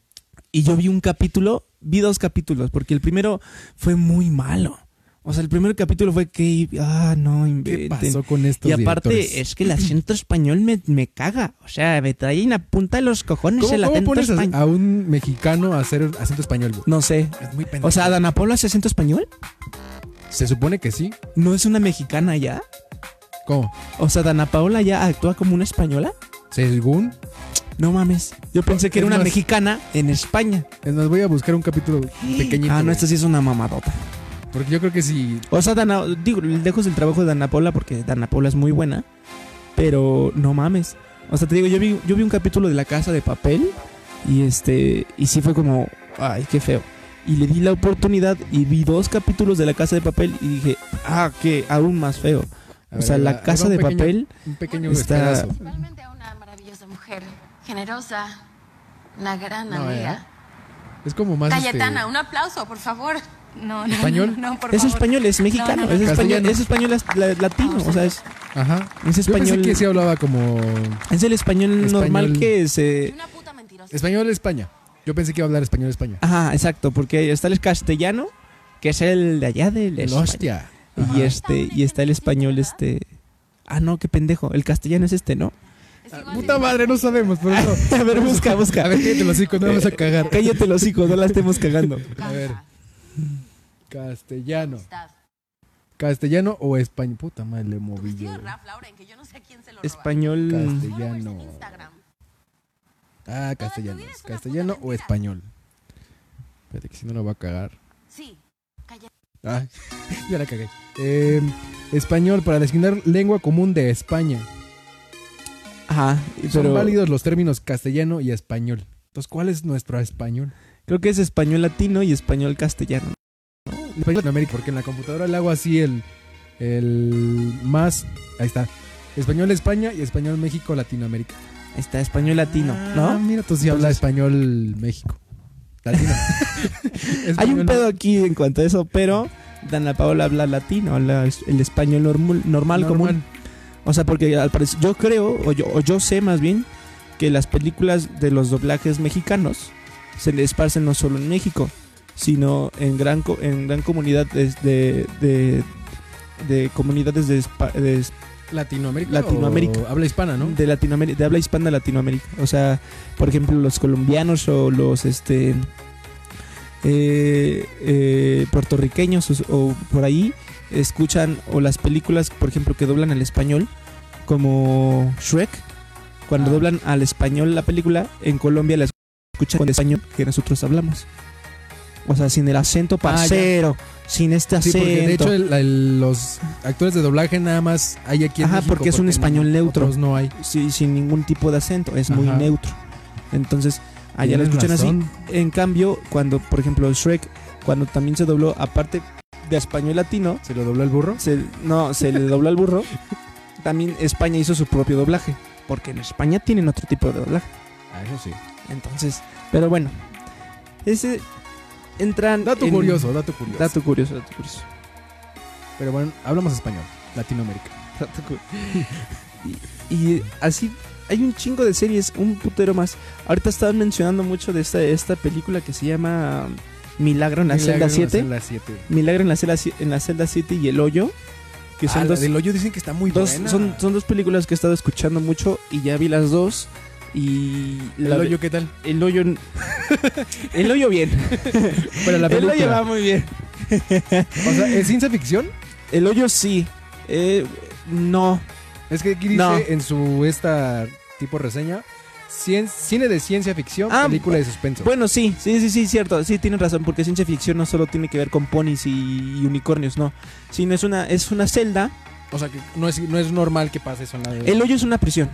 Speaker 2: Y yo vi un capítulo, vi dos capítulos, porque el primero fue muy malo. O sea, el primer capítulo fue que, ah, no,
Speaker 1: ¿Qué
Speaker 2: inventen.
Speaker 1: pasó con estos
Speaker 2: Y aparte,
Speaker 1: directores?
Speaker 2: es que el acento español me, me caga. O sea, me trae una punta de los cojones
Speaker 1: ¿Cómo,
Speaker 2: el
Speaker 1: cómo
Speaker 2: acento
Speaker 1: pones
Speaker 2: español.
Speaker 1: a, a un mexicano a hacer acento español, güey?
Speaker 2: No sé.
Speaker 1: Es muy pendejo.
Speaker 2: O sea, ¿Dana Paula hace acento español?
Speaker 1: se supone que sí.
Speaker 2: ¿No es una mexicana ya?
Speaker 1: ¿Cómo?
Speaker 2: O sea, ¿Dana Paula ya actúa como una española?
Speaker 1: Según
Speaker 2: No mames. Yo pensé que era
Speaker 1: Es
Speaker 2: una
Speaker 1: más-
Speaker 2: mexicana en España.
Speaker 1: Es más, voy a buscar un capítulo pequeñito.
Speaker 2: Ah, no,
Speaker 1: güey,
Speaker 2: esta sí es una mamadota.
Speaker 1: Porque yo creo que si.
Speaker 2: O sea, Dana, digo, lejos del trabajo de Dana Paula porque Dana Paula es muy buena, pero no mames. O sea, te digo, yo vi, yo vi un capítulo de La Casa de Papel y este y sí fue como, ay, qué feo. Y le di la oportunidad y vi dos capítulos de La Casa de Papel y dije, ah, que aún más feo.
Speaker 1: a
Speaker 2: O
Speaker 1: ver,
Speaker 2: sea,
Speaker 1: ahí va- ahí
Speaker 2: La
Speaker 1: va
Speaker 2: Casa
Speaker 1: un
Speaker 2: de
Speaker 1: pequeño-
Speaker 2: Papel
Speaker 1: Un pequeño
Speaker 2: está-
Speaker 1: pedazo.
Speaker 3: Principalmente a una maravillosa mujer, generosa, una gran
Speaker 1: No, ¿verdad?
Speaker 3: amiga.
Speaker 1: Es como más. este,
Speaker 3: Cayetana, un aplauso, por favor. No, no,
Speaker 1: ¿Español?
Speaker 3: No, no, por
Speaker 2: es
Speaker 3: favor.
Speaker 2: español, es mexicano,
Speaker 3: No, no,
Speaker 2: es
Speaker 1: no.
Speaker 2: español,
Speaker 1: Castellano.
Speaker 2: es español es la- latino, o sea, es,
Speaker 1: Ajá.
Speaker 2: es
Speaker 1: Yo
Speaker 2: español.
Speaker 1: pensé que sí hablaba como.
Speaker 2: Es el español,
Speaker 1: Español.
Speaker 2: normal que
Speaker 3: Y
Speaker 2: se...
Speaker 3: una puta mentirosa.
Speaker 1: Español España. Yo pensé que iba a hablar español España.
Speaker 2: Ajá, exacto, porque está el castellano, que es el de allá del
Speaker 1: El
Speaker 2: España.
Speaker 1: hostia.
Speaker 2: Y este, y está el español, este. Ah, no, qué pendejo. El castellano es este, ¿no?
Speaker 3: Es igual
Speaker 1: Puta
Speaker 3: de-
Speaker 1: madre, no sabemos, pero no.
Speaker 2: A ver, busca, busca.
Speaker 1: A ver, qué te lo no vamos a cagar.
Speaker 2: Cállate los hijos, no la estemos cagando.
Speaker 1: A ver. Castellano.
Speaker 3: Amistad.
Speaker 1: Castellano o español. Puta madre, le moví yo.
Speaker 3: Vestido de Ralph Lauren, que yo no sé a quién se lo robaron.
Speaker 2: Español.
Speaker 1: Cast-
Speaker 3: Followers en
Speaker 1: Castellano.
Speaker 3: Instagram.
Speaker 1: Ah, castellano. Castellano o español. Espérate que si no la va a cagar.
Speaker 3: Sí. Calla.
Speaker 1: Ah, ya la cagué. Eh, español para designar lengua común de España.
Speaker 2: Ajá. y-
Speaker 1: Son
Speaker 2: Pero
Speaker 1: válidos los términos castellano y español. Entonces, ¿cuál es nuestro español?
Speaker 2: creo que es español latino y español castellano.
Speaker 1: El español Latinoamérica, porque en la computadora le hago así el, el más. Ahí está. Español España y español México Latinoamérica.
Speaker 2: Ahí Está español latino,
Speaker 1: Ah,
Speaker 2: ¿no?
Speaker 1: mira, tú sí hablas
Speaker 2: Entonces-
Speaker 1: español México. Latino.
Speaker 2: Hay un
Speaker 1: Español-
Speaker 2: pedo aquí en cuanto a eso, pero Dana Paola habla latino, habla es- el español normul- normal, común. O sea, porque al parecer, yo creo, o yo, o yo sé más bien, que las películas de los doblajes mexicanos se le esparcen no solo en México, sino en gran, co- en gran comunidad de, de, de- de comunidades de, espa- de es-
Speaker 1: Latinoamérica.
Speaker 2: Latinoamérica.
Speaker 1: o habla hispana, ¿no?
Speaker 2: de Latinoamérica, de habla hispana de Latinoamérica. O sea, por ejemplo, los colombianos o los este eh, eh, puertorriqueños o, o por ahí escuchan o las películas, por ejemplo, que doblan al español, como Shrek, cuando
Speaker 1: Ah.
Speaker 2: doblan al español la película, en Colombia la escuchan con el español que nosotros hablamos. O sea, sin el acento
Speaker 1: Ah, ya.
Speaker 2: parcero, sin este
Speaker 1: Sí,
Speaker 2: acento.
Speaker 1: porque de hecho el- el- los actores de doblaje nada más hay aquí en
Speaker 2: Ajá,
Speaker 1: México,
Speaker 2: porque es un español
Speaker 1: en
Speaker 2: neutro.
Speaker 1: otros no hay.
Speaker 2: sí, sin ningún tipo de acento, es muy
Speaker 1: Ajá.
Speaker 2: neutro. Entonces, allá lo escuchan así. En cambio, cuando, por ejemplo, Shrek, cuando también se dobló, aparte de español latino,
Speaker 1: ¿Se lo dobló el burro?
Speaker 2: se, no, se le dobló al burro, también España hizo su propio doblaje, porque en España tienen otro tipo de doblaje.
Speaker 1: Ah, eso sí.
Speaker 2: Entonces, pero bueno, ese entran...
Speaker 1: Dato
Speaker 2: en-
Speaker 1: curioso, dato curioso.
Speaker 2: Dato curioso, dato curioso.
Speaker 1: Pero bueno, hablamos español, Latinoamérica.
Speaker 2: y, y así hay un chingo de series, un putero más. Ahorita estaban mencionando mucho de esta, esta película que se llama um, Milagro en la celda 7.
Speaker 1: La celda 7.
Speaker 2: Milagro en la celda, si- en la celda 7 y El Hoyo. Que son
Speaker 1: Ah, la
Speaker 2: dos,
Speaker 1: del hoyo dicen que está muy
Speaker 2: dos-
Speaker 1: buena.
Speaker 2: son, son dos películas que he estado escuchando mucho y ya vi las dos. Y
Speaker 1: ¿El
Speaker 2: la-
Speaker 1: hoyo qué tal?
Speaker 2: el hoyo. el hoyo bien.
Speaker 1: Pero la
Speaker 2: el hoyo
Speaker 1: película.
Speaker 2: va muy bien.
Speaker 1: O sea, ¿es ciencia ficción?
Speaker 2: El hoyo sí. Eh, no.
Speaker 1: Es que aquí dice
Speaker 2: No.
Speaker 1: en su esta tipo reseña cien- cine de ciencia ficción,
Speaker 2: Ah,
Speaker 1: película de suspenso.
Speaker 2: Bueno, sí, sí, sí, sí, cierto. Sí, tienes razón, porque ciencia ficción no solo tiene que ver con ponis y, y unicornios, no. Sino es una, es una celda.
Speaker 1: o sea, que no es, no es normal que pase eso en la de...
Speaker 2: El hoyo es una prisión.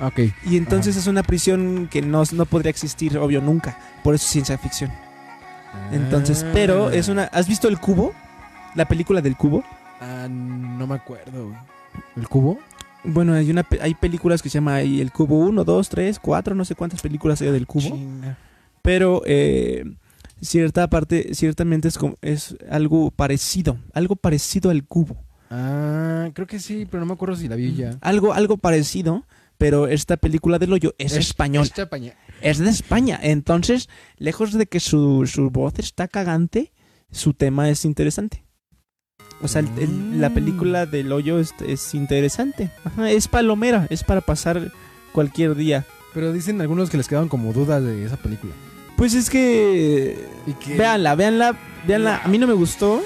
Speaker 1: Ah, ok.
Speaker 2: Y entonces es una prisión que no, no podría existir, obvio, nunca. Por eso es ciencia ficción. Entonces,
Speaker 1: Ah.
Speaker 2: pero es una. ¿Has visto el cubo? La película del cubo.
Speaker 1: Ah, no me acuerdo. güey. ¿El cubo?
Speaker 2: Bueno, hay una pe- hay películas que se llama ahí El Cubo 1, 2, 3, 4, no sé cuántas películas hay del cubo.
Speaker 1: Chinga.
Speaker 2: pero eh, cierta parte ciertamente es como- es algo parecido algo parecido al cubo
Speaker 1: Ah, creo que sí, pero no me acuerdo si la vi ya.
Speaker 2: algo algo parecido pero esta película del hoyo es, española
Speaker 1: Esta paña-
Speaker 2: es de España entonces lejos de que su, su voz está cagante su tema es interesante o sea, el- el- la
Speaker 1: Mm.
Speaker 2: película del hoyo es, es interesante. Ajá, es palomera, es para pasar cualquier día.
Speaker 1: Pero dicen algunos que les quedaban como dudas de esa película.
Speaker 2: Pues es que
Speaker 1: Y que
Speaker 2: Veanla, veanla, veanla. A mí no me gustó,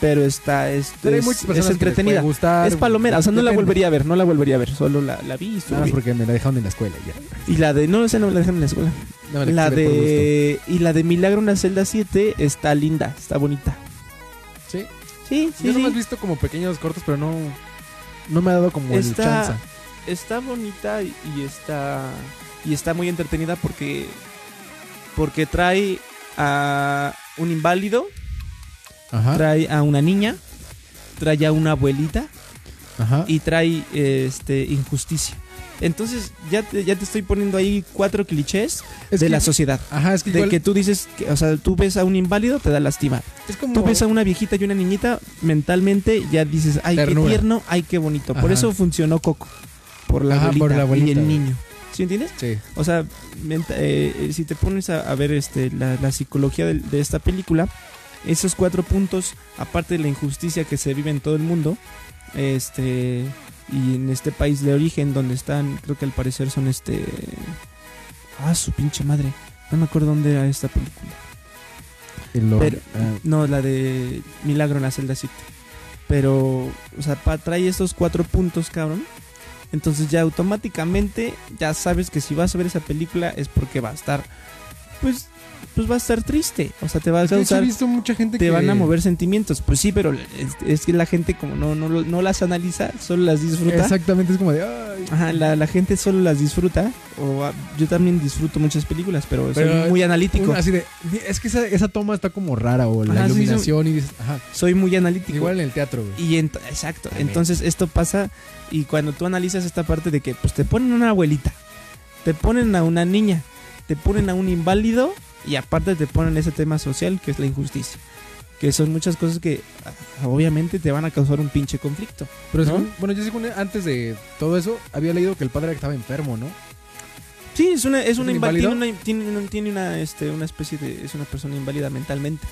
Speaker 2: pero está es,
Speaker 1: pero hay
Speaker 2: es-
Speaker 1: muchas
Speaker 2: es
Speaker 1: personas que les puede
Speaker 2: entretenida.
Speaker 1: gustar.
Speaker 2: Es palomera, o sea, no la
Speaker 1: Depende.
Speaker 2: volvería a ver, no la volvería a ver, solo la, la vi y estuvo
Speaker 1: Nada más
Speaker 2: bien.
Speaker 1: porque me la dejaron en la escuela y ya.
Speaker 2: Y la de, no, esa no me la dejan en la escuela.
Speaker 1: No me
Speaker 2: La
Speaker 1: quité por
Speaker 2: de, y la de Milagro en la celda 7 está linda, está bonita.
Speaker 1: gusto. Sí,
Speaker 2: Sí, sí,
Speaker 1: yo nomás he
Speaker 2: sí.
Speaker 1: visto como pequeños cortos, pero no no me ha dado como
Speaker 2: Está-
Speaker 1: el chance.
Speaker 2: Está bonita y, y está, y está muy entretenida porque, porque trae a un inválido,
Speaker 1: Ajá.
Speaker 2: trae a una niña, trae a una abuelita.
Speaker 1: Ajá.
Speaker 2: y trae eh, este injusticia. Entonces, ya te, ya te estoy poniendo ahí cuatro clichés
Speaker 1: Es
Speaker 2: de
Speaker 1: que-
Speaker 2: la sociedad.
Speaker 1: Ajá, es que
Speaker 2: De
Speaker 1: igual
Speaker 2: que tú dices, que, o sea, tú ves a un inválido, te da lástima.
Speaker 1: es como
Speaker 2: Tú ves a una viejita y una niñita, mentalmente ya dices, ay,
Speaker 1: Ternura.
Speaker 2: qué tierno, ay, qué bonito. Por
Speaker 1: Ajá.
Speaker 2: eso funcionó Coco. Por la,
Speaker 1: Ajá,
Speaker 2: abuelita
Speaker 1: por la abuelita,
Speaker 2: y el
Speaker 1: güey.
Speaker 2: niño. ¿Sí entiendes?
Speaker 1: Sí.
Speaker 2: O sea, menta- eh, eh, si te pones a, a ver este, la, la psicología del- de, esta película, esos cuatro puntos, aparte de la injusticia que se vive en todo el mundo, este y en este país de origen donde están, creo que al parecer son este... Ah, su pinche madre. No me acuerdo dónde era esta película.
Speaker 1: y lo-
Speaker 2: Pero-
Speaker 1: ah,
Speaker 2: No, la de Milagro en la celda 7. Pero, o sea, pa- trae estos cuatro puntos, cabrón. Entonces ya automáticamente ya sabes que si vas a ver esa película es porque va a estar, pues, pues va a estar triste. O sea, te va a
Speaker 1: Es que sí he
Speaker 2: causar
Speaker 1: visto mucha gente
Speaker 2: te
Speaker 1: que-
Speaker 2: van a mover sentimientos. Pues sí, pero es, es que la gente como no, no, lo- no las analiza, solo las disfruta.
Speaker 1: Exactamente, es como de. "Ay".
Speaker 2: Ajá, la, la gente solo las disfruta. O ah, yo también disfruto muchas películas, pero,
Speaker 1: Pero,
Speaker 2: soy muy analítico.
Speaker 1: Uno así de. Es que esa, esa toma está como rara, o la
Speaker 2: Ajá, sí,
Speaker 1: iluminación, y dices. Ajá.
Speaker 2: Soy muy analítico.
Speaker 1: Igual en el teatro, güey.
Speaker 2: Y ent- exacto,
Speaker 1: También.
Speaker 2: entonces esto pasa y cuando tú analizas esta parte de que pues te ponen una abuelita, te ponen a una niña, te ponen a un inválido y aparte te ponen ese tema social que es la injusticia, que son muchas cosas que ah, obviamente te van a causar un pinche conflicto.
Speaker 1: Pero
Speaker 2: ¿no?
Speaker 1: según- bueno, yo según antes de todo eso, había leído que el padre estaba enfermo, ¿no?
Speaker 2: Sí, es una es,
Speaker 1: ¿Es
Speaker 2: una
Speaker 1: un
Speaker 2: inva-
Speaker 1: inválido?
Speaker 2: tiene una tiene una- tiene una, este una especie de es una persona inválida mentalmente,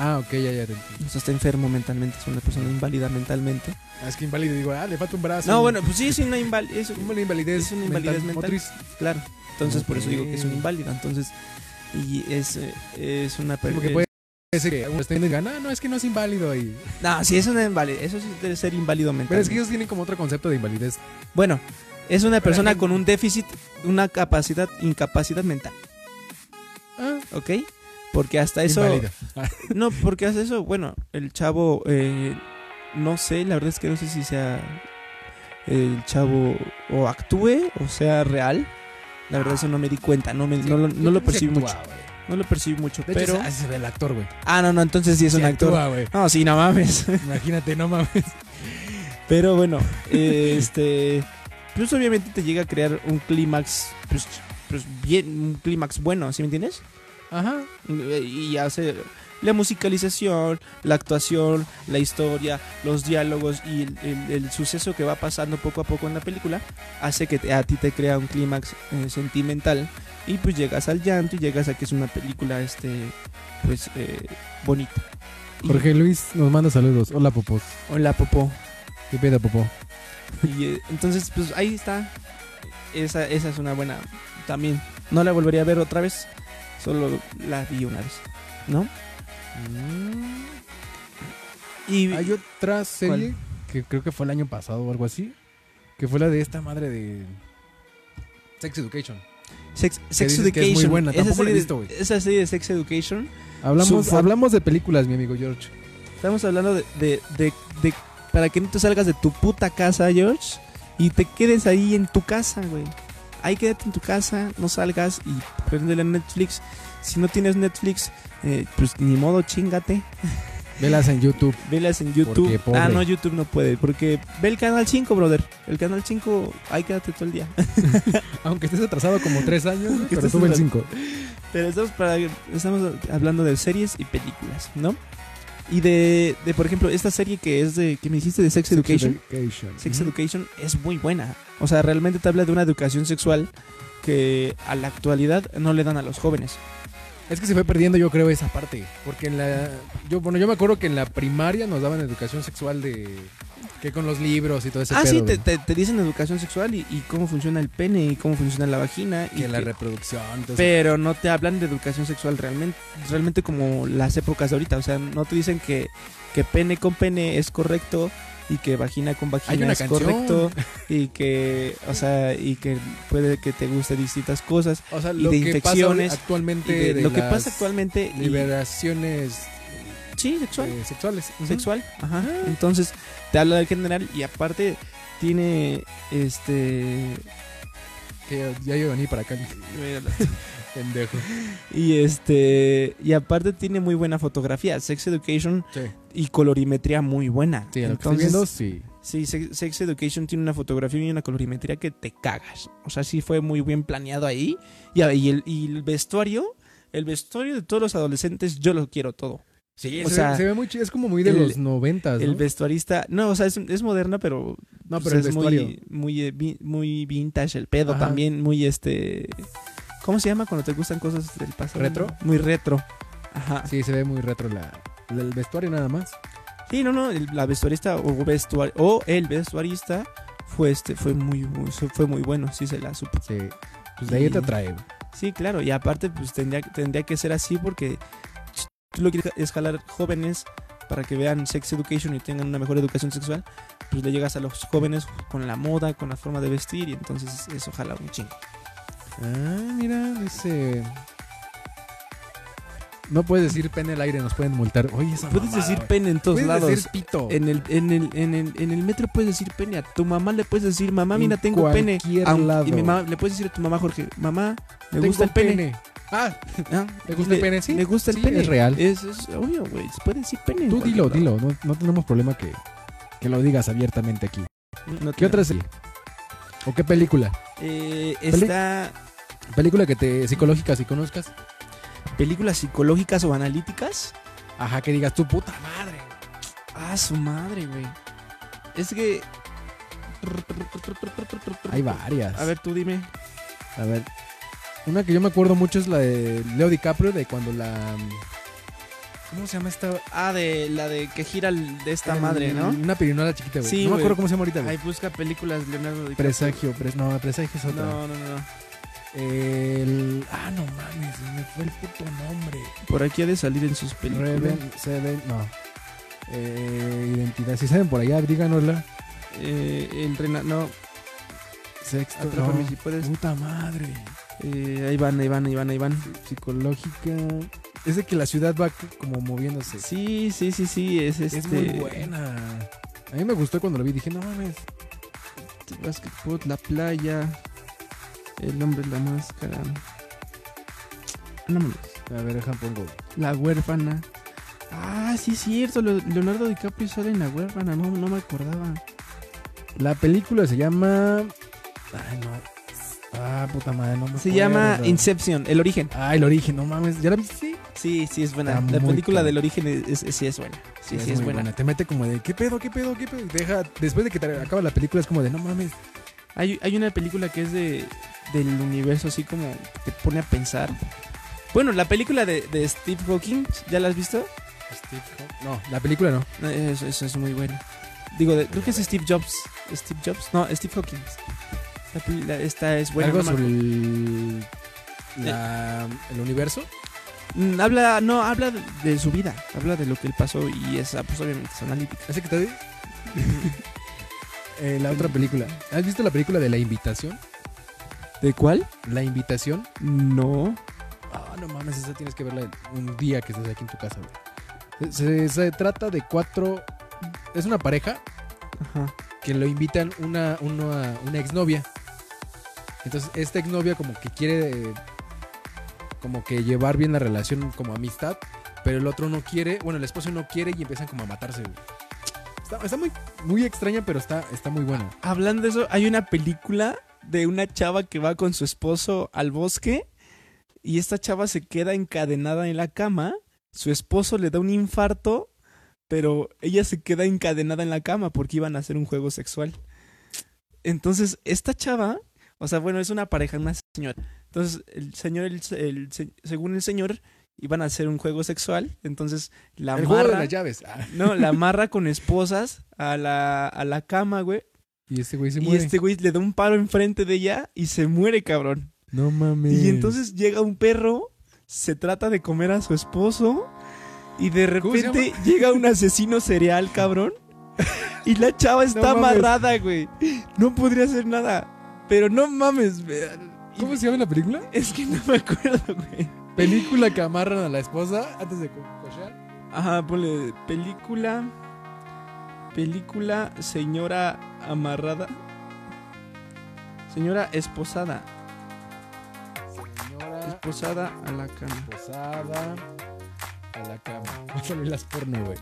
Speaker 1: Ah, ok, ya, ya. te entiendo.
Speaker 2: o sea, está enfermo mentalmente, es una persona inválida mentalmente.
Speaker 1: Ah, Es que inválido, digo, ah, le falta un brazo.
Speaker 2: No, bueno, pues sí es una inval- es-
Speaker 1: Una invalidez,
Speaker 2: Es una invalidez mental.
Speaker 1: motriz.
Speaker 2: Claro. Entonces, por eso digo que es un
Speaker 1: Ok.
Speaker 2: inválido. Entonces, y es, eh, es una
Speaker 1: Sí,
Speaker 2: persona.
Speaker 1: porque puede ser que algunos estén digan, ah, no, es que no es inválido. Y...
Speaker 2: No, sí, es un inválido. Eso sí debe ser inválido mental.
Speaker 1: Pero es que ellos tienen como otro concepto de invalidez.
Speaker 2: Bueno, es una persona
Speaker 1: alguien-
Speaker 2: con un déficit, una capacidad, incapacidad mental.
Speaker 1: Ah,
Speaker 2: ¿Ok? Porque hasta eso.
Speaker 1: inválida.
Speaker 2: No, porque hasta eso, bueno, el chavo. eh, no sé, la verdad es que no sé si sea. El chavo o actúe o sea real. La verdad, eso no me di cuenta. No, me- no, lo, no lo percibí mucho. No lo percibí mucho,
Speaker 1: De
Speaker 2: pero.
Speaker 1: hecho, así se ve el actor, güey.
Speaker 2: Ah, no, no, entonces sí es
Speaker 1: Sí
Speaker 2: un actor.
Speaker 1: actúa, güey.
Speaker 2: No, sí, no mames.
Speaker 1: Imagínate, no mames.
Speaker 2: Pero bueno, eh, este. Pues obviamente te llega a crear un clímax. Pues, pues bien, un clímax bueno, ¿sí me entiendes?
Speaker 1: Ajá.
Speaker 2: Y hace la musicalización, la actuación, la historia, los diálogos y el, el- el suceso que va pasando poco a poco en la película hace que te- a ti te crea un clímax eh, sentimental y pues llegas al llanto y llegas a que es una película este pues eh, bonita. Y-
Speaker 1: Jorge Luis nos manda saludos. Hola, Popó.
Speaker 2: Hola, Popó.
Speaker 1: ¿Qué pedo, Popó?
Speaker 2: Y eh, entonces, pues ahí está. Esa, esa es una buena también. No la volvería a ver otra vez. Solo la vi una vez. ¿No? Y
Speaker 1: Mm, Hay otra serie que creo que fue el año pasado o algo así. Que fue la de esta madre de. Sex Education.
Speaker 2: Sex, Sex
Speaker 1: dices que
Speaker 2: Education.
Speaker 1: es muy buena,
Speaker 2: Esa
Speaker 1: tampoco la he
Speaker 2: serie de-
Speaker 1: visto, güey.
Speaker 2: Esa serie de Sex Education.
Speaker 1: Hablamos,
Speaker 2: Su-
Speaker 1: hablamos de películas, mi amigo George.
Speaker 2: Estamos hablando de, de, de- de- Para que no te salgas de tu puta casa, George. Y te quedes ahí en tu casa, güey. Ahí quédate en tu casa, no salgas y prendele Netflix. Si no tienes Netflix, eh, pues ni modo, chingate.
Speaker 1: Velas en YouTube.
Speaker 2: Velas en
Speaker 1: Porque
Speaker 2: YouTube.
Speaker 1: pobre.
Speaker 2: Ah, no, YouTube no puede. Porque ve el canal 5, brother. El canal 5, ahí quédate todo el día.
Speaker 1: Aunque estés atrasado como tres años,
Speaker 2: Aunque
Speaker 1: pero
Speaker 2: estés
Speaker 1: tuve el
Speaker 2: atrasado.
Speaker 1: cinco.
Speaker 2: Pero estamos, para, estamos hablando de series y películas, ¿no? Y de, de, por ejemplo, esta serie que es de. que me dijiste de Sex Education.
Speaker 1: Education.
Speaker 2: Sex
Speaker 1: Ujú.
Speaker 2: Education es muy buena. O sea, realmente te habla de una educación sexual que a la actualidad no le dan a los jóvenes.
Speaker 1: Es que se fue perdiendo, yo creo, esa parte. Porque en la. Yo, bueno, yo me acuerdo que en la primaria nos daban educación sexual de. Que con los libros y todo ese
Speaker 2: ah,
Speaker 1: pedo,
Speaker 2: sí, te,
Speaker 1: güey.
Speaker 2: te- te dicen educación sexual y, y cómo funciona el pene y cómo funciona la vagina. y
Speaker 1: Que la
Speaker 2: que-
Speaker 1: reproducción. todo ese-
Speaker 2: Pero no te hablan de educación sexual realmente, realmente como las épocas de ahorita. O sea, no te dicen que, que pene con pene es correcto y que vagina con vagina
Speaker 1: Hay una
Speaker 2: es
Speaker 1: canción.
Speaker 2: correcto y que, o sea, y que puede que te guste distintas cosas.
Speaker 1: o sea,
Speaker 2: y
Speaker 1: lo
Speaker 2: de
Speaker 1: que
Speaker 2: infecciones,
Speaker 1: pasa actualmente.
Speaker 2: Y de
Speaker 1: de
Speaker 2: lo que
Speaker 1: las
Speaker 2: pasa actualmente. y-
Speaker 1: Liberaciones
Speaker 2: sí, sexual.
Speaker 1: eh, sexuales. Ujú. Ah.
Speaker 2: Sexual. Ajá. Entonces, te habla del general y aparte tiene este.
Speaker 1: Que ya yo vení para acá, pendejo.
Speaker 2: Y este. Y aparte tiene muy buena fotografía. Sex Education
Speaker 1: Sí,
Speaker 2: y colorimetría muy buena.
Speaker 1: sí, a lo que estoy
Speaker 2: Entonces,
Speaker 1: viendo, sí.
Speaker 2: sí, Sex, Sex Education tiene una fotografía y una colorimetría que te cagas. O sea, sí fue muy bien planeado ahí. Y, y el, y el vestuario, el vestuario de todos los adolescentes, yo lo quiero todo.
Speaker 1: Sí,
Speaker 2: o
Speaker 1: se,
Speaker 2: sea,
Speaker 1: ve, se ve muy chido. Es como muy de
Speaker 2: el-
Speaker 1: los noventas,
Speaker 2: El
Speaker 1: ¿no?
Speaker 2: vestuarista, no, o sea, es, es moderna, pero,
Speaker 1: No,
Speaker 2: pues,
Speaker 1: pero el
Speaker 2: es
Speaker 1: vestuario.
Speaker 2: muy, muy, eh, vi- muy vintage el pedo
Speaker 1: Ajá.
Speaker 2: también, muy este... ¿Cómo se llama cuando te gustan cosas del pasado?
Speaker 1: ¿Retro?
Speaker 2: Muy retro. Ajá.
Speaker 1: Sí, se ve muy retro la, la- el vestuario nada más.
Speaker 2: Sí, no, no, el- la vestuarista o, vestua- o el vestuarista fue este fue muy bu- se- fue muy bueno, sí se la supo.
Speaker 1: Sí. Pues de ahí
Speaker 2: Y-
Speaker 1: te atrae. güey.
Speaker 2: Sí, claro, y aparte pues tendría tendría que ser así porque ch- tú lo que quieres es jalar jóvenes para que vean Sex Education y tengan una mejor educación sexual, pues le llegas a los jóvenes con la moda, con la forma de vestir y entonces eso jala un chingo.
Speaker 1: Ah, mira, dice. No puedes decir pene al aire, nos pueden multar. Oye, esa
Speaker 2: Puedes
Speaker 1: mamada,
Speaker 2: decir
Speaker 1: güey.
Speaker 2: pene en todos
Speaker 1: Puedes
Speaker 2: lados.
Speaker 1: decir pito.
Speaker 2: En el, en, el, en, el, en el metro puedes decir pene. A tu mamá le puedes decir, mamá,
Speaker 1: En
Speaker 2: mira, tengo pene.
Speaker 1: cualquier
Speaker 2: Aunque-
Speaker 1: lado.
Speaker 2: Y mi mamá, le puedes decir a tu mamá, Jorge, mamá, me
Speaker 1: Tengo
Speaker 2: gusta el pene.
Speaker 1: Ah,
Speaker 2: Ah,
Speaker 1: ¿Te gusta el
Speaker 2: le-
Speaker 1: pene? Sí,
Speaker 2: Le gusta el
Speaker 1: sí,
Speaker 2: pene.
Speaker 1: es real.
Speaker 2: Es, es obvio, güey. Se puede decir pene. en
Speaker 1: tú
Speaker 2: cualquier
Speaker 1: dilo,
Speaker 2: lado.
Speaker 1: dilo. No, no tenemos problema que, que lo digas abiertamente aquí.
Speaker 2: No
Speaker 1: ¿Qué
Speaker 2: tiene-
Speaker 1: otra serie? ¿O qué película?
Speaker 2: Eh, está
Speaker 1: ¿Película que te psicológicas y conozcas?
Speaker 2: películas psicológicas o analíticas.
Speaker 1: Ajá, que digas tu puta madre.
Speaker 2: Ah, su madre, güey. Es que.
Speaker 1: Hay varias.
Speaker 2: A ver, tú dime.
Speaker 1: A ver. Una que yo me acuerdo mucho es la de Leo DiCaprio, de cuando la. ¿Cómo se llama esta?
Speaker 2: Ah, de la de que gira el- de esta
Speaker 1: El-
Speaker 2: madre, ¿no?
Speaker 1: Una pirinola chiquita, güey.
Speaker 2: Sí,
Speaker 1: no me
Speaker 2: güey.
Speaker 1: acuerdo cómo se llama ahorita, güey.
Speaker 2: Ahí busca películas Leonardo DiCaprio.
Speaker 1: Presagio, pres- no, presagio es otra.
Speaker 2: No, no, no.
Speaker 1: El. Ah, no mames, se me fue el puto nombre.
Speaker 2: Por aquí ha de salir en sus películas.
Speaker 1: Reven, Seven, no. Eh, identidad. Si saben por allá, díganosla.
Speaker 2: Eh, entrena, no,
Speaker 1: Sexto.
Speaker 2: atrápame
Speaker 1: no.
Speaker 2: si puedes.
Speaker 1: Puta madre.
Speaker 2: Eh, ahí van, ahí van, ahí van, ahí van.
Speaker 1: Psicológica. Es de que la ciudad va c- como moviéndose.
Speaker 2: Sí, sí, sí, sí, es este.
Speaker 1: Es muy buena. A mí me gustó cuando lo vi. Dije, no mames.
Speaker 2: este Basketball, la playa. El hombre, la máscara. No mames.
Speaker 1: A ver, dejan pongo.
Speaker 2: La huérfana. Ah, sí, es cierto. Leo- Leonardo DiCaprio sale en la huérfana. No, no me acordaba.
Speaker 1: La película se llama. Ay, no. Ah, puta madre, no me
Speaker 2: Se
Speaker 1: acuerdo.
Speaker 2: llama Inception, El Origen.
Speaker 1: Ah, el origen, no mames. ¿Ya la viste?
Speaker 2: Sí, sí, es buena.
Speaker 1: Está
Speaker 2: la
Speaker 1: muy
Speaker 2: película
Speaker 1: cabrón.
Speaker 2: del Origen es, es- sí es buena. Sí, sí, es,
Speaker 1: muy
Speaker 2: buena.
Speaker 1: Te mete como de, ¿qué pedo, qué pedo, qué pedo? Y te deja, después de que te acaba la película, es como de, no mames.
Speaker 2: Hay, hay una película que es de, del universo, así como que te pone a pensar. Bueno, la película de, de Steve Hawking, ¿ya la has visto?
Speaker 1: No, la película no.
Speaker 2: No, Eso, eso es muy bueno. Digo, de- creo que es Steve Jobs. Steve Jobs. No, Steve Hawking. La peli- la- esta es buena.
Speaker 1: Algo
Speaker 2: no me
Speaker 1: sobre el, la- el universo.
Speaker 2: Mm, Habla, no, habla de- de su vida, habla de lo que él pasó y es, ah, pues obviamente es analítica.
Speaker 1: ¿Ese que te di? Eh, la otra película. ¿Has visto la película de La Invitación?
Speaker 2: ¿De cuál?
Speaker 1: La Invitación.
Speaker 2: No.
Speaker 1: Ah, no mames, esa tienes que verla un día que estés aquí en tu casa, güey. Se, se- se trata de cuatro. Es una pareja
Speaker 2: Ajá.
Speaker 1: que lo invitan una, una, una exnovia. Entonces, esta exnovia como que quiere eh, como que llevar bien la relación como amistad, pero el otro no quiere, bueno, el esposo no quiere y empiezan como a matarse, güey. Está, está muy, muy extraña, pero está, está muy buena.
Speaker 2: Hablando de eso, hay una película de una chava que va con su esposo al bosque y esta chava se queda encadenada en la cama, su esposo le da un infarto, pero ella se queda encadenada en la cama porque iban a hacer un juego sexual. Entonces, esta chava, o sea, bueno, es una pareja, una señora. Entonces, el señor, el, el se- según el señor, iban a hacer un juego sexual. Entonces, la
Speaker 1: el juego de
Speaker 2: amarra,
Speaker 1: las llaves. Ah,
Speaker 2: no, la amarra con esposas a la, a la cama, güey.
Speaker 1: y este güey se
Speaker 2: Y
Speaker 1: muere.
Speaker 2: este güey le da un paro enfrente de ella y se muere, cabrón.
Speaker 1: No mames.
Speaker 2: Y entonces llega un perro, se trata de comer a su esposo y de
Speaker 1: ¿Cómo se
Speaker 2: repente llega un asesino serial, cabrón. Y la chava está
Speaker 1: mames.
Speaker 2: amarrada, güey. No podría hacer nada. Pero no mames, güey. Y-
Speaker 1: ¿Cómo se llama la película?
Speaker 2: Es que no me acuerdo, güey.
Speaker 1: Película que amarran a la esposa antes de co- cochar.
Speaker 2: Ajá, ponle película. Película señora amarrada. Señora esposada.
Speaker 1: Señora
Speaker 2: Esposada a la cama.
Speaker 1: esposada a la cama. Pásame las porno, güey.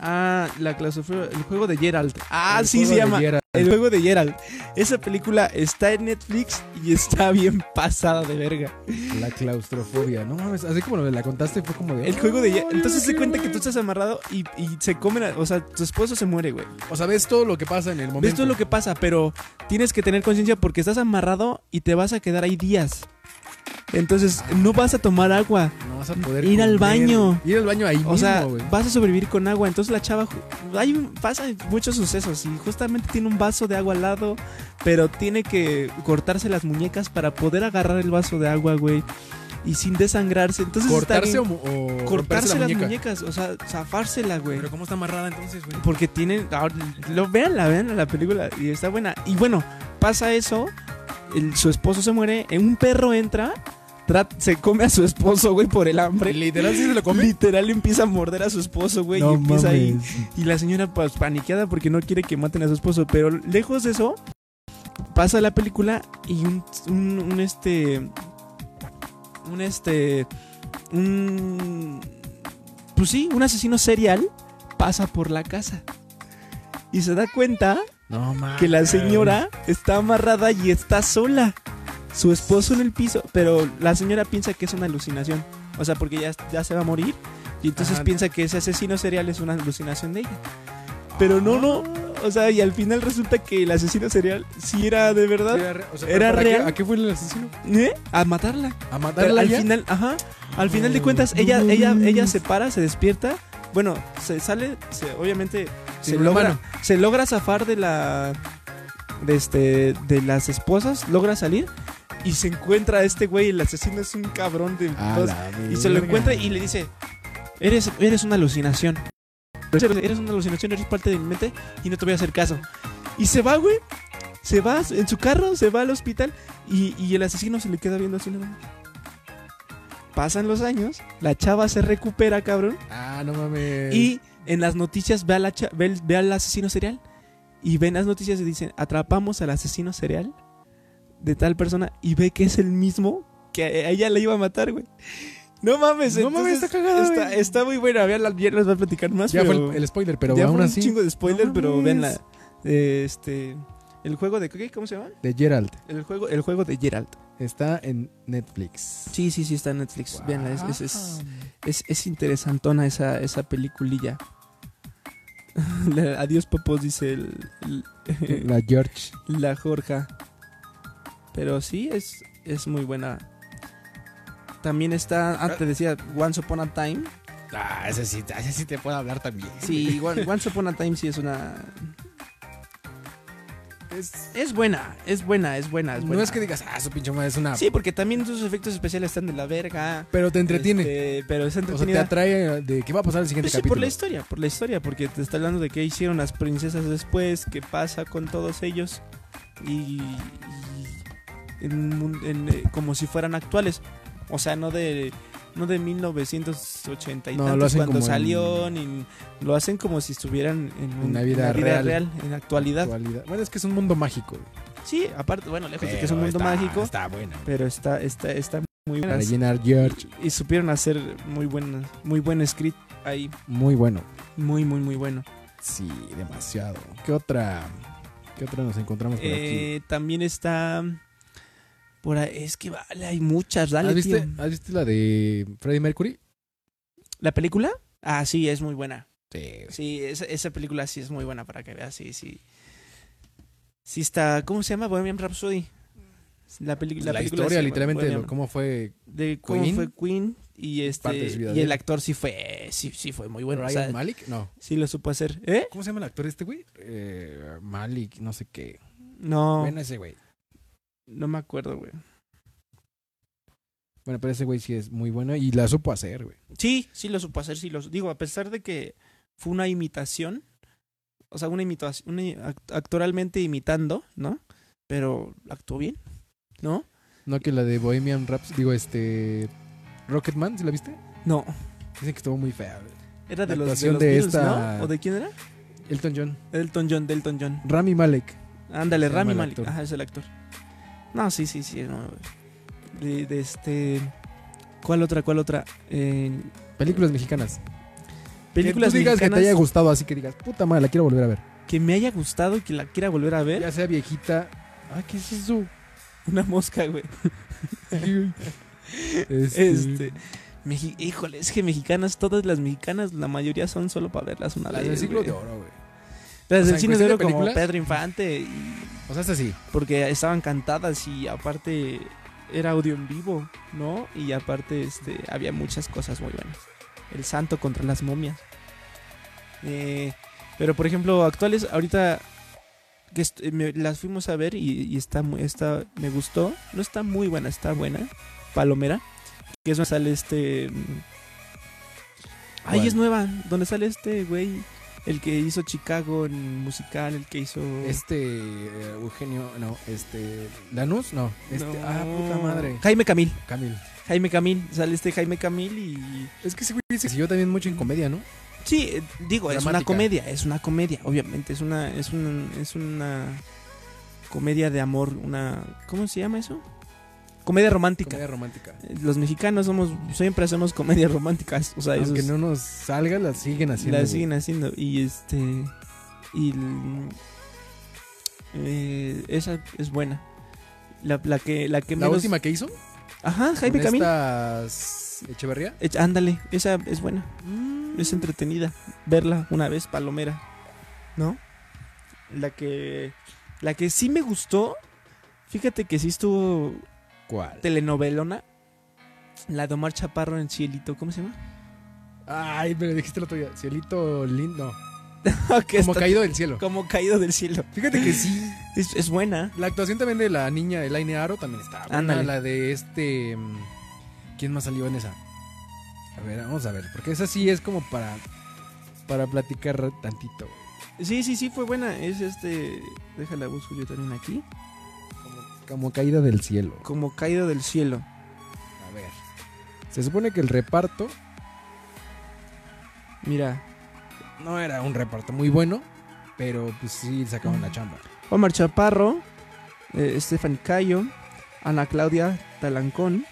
Speaker 2: Ah, la clausofobia. El juego de Gerald. Ah,
Speaker 1: El
Speaker 2: sí
Speaker 1: juego
Speaker 2: se
Speaker 1: de
Speaker 2: llama.
Speaker 1: Gerald.
Speaker 2: El juego de Gerald. Esa película está en Netflix y está bien pasada de verga.
Speaker 1: La claustrofobia, no mames, así como lo la contaste fue como de...
Speaker 2: El juego de
Speaker 1: "Oh,
Speaker 2: Gerald. Entonces se
Speaker 1: qué
Speaker 2: cuenta que
Speaker 1: güey".
Speaker 2: tú estás amarrado y, y se comen. a- o sea, tu esposo se muere, güey.
Speaker 1: O sea, ves todo lo que pasa en el momento.
Speaker 2: Ves todo lo que pasa, pero tienes que tener conciencia porque estás amarrado y te vas a quedar ahí días. Entonces no vas a tomar agua.
Speaker 1: No vas a poder...
Speaker 2: Ir al baño.
Speaker 1: Ir al baño ahí
Speaker 2: O
Speaker 1: mismo,
Speaker 2: sea,
Speaker 1: güey.
Speaker 2: vas a sobrevivir con agua. Entonces la chava, ju- hay un- pasan muchos sucesos y justamente tiene un vaso de agua al lado, pero tiene que cortarse las muñecas para poder agarrar el vaso de agua, güey. y sin desangrarse. Entonces está
Speaker 1: ¿Cortarse o,
Speaker 2: bien.
Speaker 1: mu- o romperse
Speaker 2: cortarse
Speaker 1: la
Speaker 2: las
Speaker 1: muñeca?
Speaker 2: muñecas, o sea, zafársela, güey.
Speaker 1: Pero cómo está amarrada entonces, güey.
Speaker 2: Porque tienen. ahora, Lo, véanla, vean la película. Y está buena. Y bueno, pasa eso. el- su esposo se muere. eh, Un perro entra. trat- se come a su esposo, güey, por el hambre.
Speaker 1: Literal sí se lo come.
Speaker 2: Literal empieza a morder a su esposo, güey. y empieza ahí. Y la señora, pues, paniqueada porque no quiere que maten a su esposo. Pero lejos de eso, pasa la película y un. Un, un este. Un este. Un. Pues sí, un asesino serial pasa por la casa. Y se da cuenta
Speaker 1: No mames.
Speaker 2: que la señora está amarrada y está sola. Su esposo en el piso. Pero la señora piensa que es una alucinación. O sea, porque ya, ya se va a morir. Y entonces
Speaker 1: Ajá.
Speaker 2: piensa que ese asesino serial es una alucinación de ella. Pero no, no. O sea, y al final resulta que el asesino serial sí era de
Speaker 1: Sí,
Speaker 2: verdad.
Speaker 1: Era, re- o sea,
Speaker 2: Era
Speaker 1: ¿para qué-
Speaker 2: real.
Speaker 1: ¿A qué fue el asesino?
Speaker 2: ¿Eh? A matarla.
Speaker 1: ¿A
Speaker 2: Pero
Speaker 1: matarla
Speaker 2: al
Speaker 1: ya?
Speaker 2: final, ajá. Al final de
Speaker 1: No.
Speaker 2: cuentas, ella,
Speaker 1: No
Speaker 2: ella,
Speaker 1: mames.
Speaker 2: ella se para, se despierta. Bueno, se sale, se, obviamente
Speaker 1: Sin
Speaker 2: se
Speaker 1: una
Speaker 2: logra,
Speaker 1: mano.
Speaker 2: se logra zafar de la de este de las esposas, logra salir y se encuentra a este güey, el asesino es un cabrón de
Speaker 1: A
Speaker 2: dos-
Speaker 1: la
Speaker 2: y se lo
Speaker 1: verga.
Speaker 2: encuentra y le dice, "Eres eres una alucinación. Eres una alucinación, eres parte de mi mente y no te voy a hacer caso." Y se va, güey. Se va en su carro, se va al hospital y, y el asesino se le queda viendo así nada más. Pasan los años, la chava se recupera, cabrón.
Speaker 1: Ah, no mames.
Speaker 2: Y en las noticias ve, a la cha- ve, el- ve al asesino serial. Y ven las noticias y dicen, atrapamos al asesino serial de tal persona. Y ve que es el mismo que a ella le iba a matar, güey. No mames,
Speaker 1: No mames,
Speaker 2: entonces,
Speaker 1: está cagada,
Speaker 2: Está,
Speaker 1: güey.
Speaker 2: está muy buena, vean, ya les voy a platicar más.
Speaker 1: ya
Speaker 2: pero,
Speaker 1: fue el, el spoiler, pero
Speaker 2: ya
Speaker 1: aún
Speaker 2: fue
Speaker 1: así.
Speaker 2: un chingo de spoiler,
Speaker 1: No
Speaker 2: pero
Speaker 1: mames.
Speaker 2: venla. Eh, este, el juego de... ¿qué? ¿Cómo se llama?
Speaker 1: De Gerald.
Speaker 2: El juego, el juego de Gerald.
Speaker 1: Está en Netflix.
Speaker 2: Sí, sí, sí, está en Netflix.
Speaker 1: Guau.
Speaker 2: Veanla, es, es,
Speaker 1: Ah.
Speaker 2: es, es- es interesantona esa, esa peliculilla. La- adiós, popos, dice el- el-
Speaker 1: La George.
Speaker 2: la Jorja. Pero sí, es, es muy buena. También está, ah, te decía, Once Upon a Time.
Speaker 1: Ah, ese sí, ese sí te puedo hablar también.
Speaker 2: Sí, One- Once Upon a Time sí es una...
Speaker 1: Es-
Speaker 2: Es buena, es buena, es buena, es buena.
Speaker 1: no es que digas, ah, su pinche madre es una.
Speaker 2: Sí, porque también sus efectos especiales están de la verga.
Speaker 1: Pero te entretiene.
Speaker 2: Este, pero es
Speaker 1: o sea, te
Speaker 2: entretenida.
Speaker 1: atrae eh, de qué va a pasar en el siguiente
Speaker 2: Pues sí,
Speaker 1: capítulo.
Speaker 2: por la historia, por la historia, porque te está hablando de qué hicieron las princesas después, qué pasa con todos ellos y, y en un mun- en, eh, como si fueran actuales, o sea, no de no de 1980 y
Speaker 1: No, lo
Speaker 2: tantos
Speaker 1: hacen
Speaker 2: cuando
Speaker 1: como en-
Speaker 2: salió, ni- lo hacen como si estuvieran en, un-
Speaker 1: En la vida
Speaker 2: en
Speaker 1: real.
Speaker 2: en actualidad.
Speaker 1: Actualidad. Bueno, es que es un mundo mágico. güey.
Speaker 2: Sí, aparte, bueno, lejos de que es un
Speaker 1: Pero
Speaker 2: mundo
Speaker 1: está-
Speaker 2: mágico,
Speaker 1: Está bueno.
Speaker 2: pero está está está muy
Speaker 1: Para
Speaker 2: buena
Speaker 1: llenar George,
Speaker 2: y supieron hacer muy buen muy buen script ahí,
Speaker 1: muy bueno.
Speaker 2: muy muy muy bueno.
Speaker 1: Sí, demasiado. ¿Qué otra? ¿Qué otra nos encontramos por aquí?
Speaker 2: Eh, también está. Por ahí, es que vale, hay muchas,
Speaker 1: ¿Has
Speaker 2: dale,
Speaker 1: viste,
Speaker 2: tío.
Speaker 1: has visto la de Freddie Mercury?
Speaker 2: ¿La película? Ah, sí, es muy buena.
Speaker 1: Sí.
Speaker 2: Sí, esa, esa película sí es muy buena para que veas, sí, sí. Sí está, ¿cómo se llama? Bohemian Rhapsody. La, peli-
Speaker 1: La,
Speaker 2: la película
Speaker 1: historia,
Speaker 2: se llama
Speaker 1: literalmente, de
Speaker 2: Bohemian-
Speaker 1: cómo fue
Speaker 2: de cómo
Speaker 1: Queen.
Speaker 2: fue Queen y este
Speaker 1: Parte de su vida
Speaker 2: y
Speaker 1: de
Speaker 2: el
Speaker 1: él.
Speaker 2: actor sí fue sí sí fue muy bueno, o
Speaker 1: Ryan
Speaker 2: sea,
Speaker 1: Malik. No.
Speaker 2: sí lo supo hacer, ¿eh?
Speaker 1: ¿Cómo se llama el actor este, güey? Eh, Malik, no sé qué.
Speaker 2: No,
Speaker 1: Bueno, ese güey.
Speaker 2: no me acuerdo, güey.
Speaker 1: Bueno, pero ese güey sí es muy bueno y la supo hacer, güey.
Speaker 2: Sí, sí lo supo hacer, sí lo su- digo, a pesar de que fue una imitación, o sea, una imitación, actoralmente imitando, ¿no? Pero actuó bien, ¿no?
Speaker 1: No que la de Bohemian Raps, digo, este. Rocketman, ¿sí la viste?
Speaker 2: No,
Speaker 1: Dicen que estuvo muy fea, güey.
Speaker 2: era de
Speaker 1: La
Speaker 2: los, de
Speaker 1: actuación
Speaker 2: los
Speaker 1: de
Speaker 2: Beatles,
Speaker 1: esta-
Speaker 2: ¿no? ¿O de quién era?
Speaker 1: Elton John.
Speaker 2: Elton John, de Elton John.
Speaker 1: Rami Malek.
Speaker 2: Ándale,
Speaker 1: Se llama
Speaker 2: Rami
Speaker 1: el
Speaker 2: Malek,
Speaker 1: actor.
Speaker 2: ajá, es el actor. No, sí, sí, sí, no. De, de este... ¿Cuál otra, cuál otra? Eh,
Speaker 1: Películas mexicanas.
Speaker 2: películas
Speaker 1: que tú digas
Speaker 2: mexicanas
Speaker 1: que te haya gustado, así que digas, puta madre, la quiero volver a ver.
Speaker 2: que me haya gustado y que la quiera volver a ver.
Speaker 1: Ya sea viejita. Ah, ¿qué es eso?
Speaker 2: Una mosca, güey.
Speaker 1: Este,
Speaker 2: Este. Mexi- Híjole, es que mexicanas, todas las mexicanas, la mayoría son solo para verlas una
Speaker 1: Las
Speaker 2: vez.
Speaker 1: del siglo
Speaker 2: güey.
Speaker 1: de oro, güey.
Speaker 2: Las
Speaker 1: O sea,
Speaker 2: del
Speaker 1: en cuestión
Speaker 2: cine de
Speaker 1: de
Speaker 2: oro como
Speaker 1: películas.
Speaker 2: Pedro Infante, y-
Speaker 1: O sea, este es así.
Speaker 2: porque estaban cantadas y aparte era audio en vivo, ¿no? Y aparte este, había muchas cosas muy buenas. El santo contra las momias. Eh, pero por ejemplo, actuales, ahorita que est- me- las fuimos a ver y, y está, mu- está, me gustó. No está muy buena, está buena. Palomera. que es donde sale este. Ahí
Speaker 1: ¿Cuál?
Speaker 2: es nueva, donde sale este güey, el que hizo Chicago en musical, el que hizo.
Speaker 1: Este eh, Eugenio, no, este Lanús, no, este,
Speaker 2: No.
Speaker 1: ah, puta madre,
Speaker 2: Jaime Camil.
Speaker 1: Camil.
Speaker 2: Jaime Camil, sale este Jaime Camil y.
Speaker 1: Es que ese güey se yo también mucho en comedia, ¿no?
Speaker 2: Sí, eh, digo, es una
Speaker 1: Dramática.
Speaker 2: comedia, es una comedia, obviamente, es una, es un- es una comedia de amor, una, ¿cómo se llama eso? Comedia romántica.
Speaker 1: Comedia romántica.
Speaker 2: Eh, Los mexicanos somos, siempre hacemos comedias románticas, o sea, eso
Speaker 1: Aunque
Speaker 2: es-
Speaker 1: no nos salga, la siguen haciendo.
Speaker 2: la
Speaker 1: güey.
Speaker 2: siguen haciendo y este, y el- eh, esa es buena. La, la que, la que
Speaker 1: La
Speaker 2: menos-
Speaker 1: última que hizo,
Speaker 2: ajá, Jaime
Speaker 1: con
Speaker 2: Camil,
Speaker 1: estas Echeverría.
Speaker 2: Eh, ándale, esa es buena,
Speaker 1: Mm.
Speaker 2: es entretenida, verla una vez, palomera. ¿no? La que. La que sí me gustó. Fíjate que sí estuvo
Speaker 1: ¿Cuál?
Speaker 2: telenovelona. La de Omar Chaparro en Cielito, ¿cómo se llama?
Speaker 1: Ay, me lo dijiste el otro día. Cielito lindo.
Speaker 2: Que
Speaker 1: Como
Speaker 2: está-
Speaker 1: caído del cielo.
Speaker 2: como caído del cielo.
Speaker 1: Fíjate que sí.
Speaker 2: Es, es buena.
Speaker 1: La actuación también de la niña Elaine Aro también está buena.
Speaker 2: Ándale.
Speaker 1: La de este. mm, ¿Quién más salió en esa? A ver, vamos a ver. Porque esa sí es como para. Para platicar tantito. güey.
Speaker 2: Sí, sí, sí, fue buena. Es este. Déjala busco yo también aquí.
Speaker 1: Como, como caída del cielo.
Speaker 2: Como caído del cielo.
Speaker 1: A ver. Se supone que el reparto
Speaker 2: Mira.
Speaker 1: no era un reparto muy bueno. Pero pues sí sacaron la chamba.
Speaker 2: Omar Chaparro. eh, Stephanie Cayo. Ana Claudia Talancón.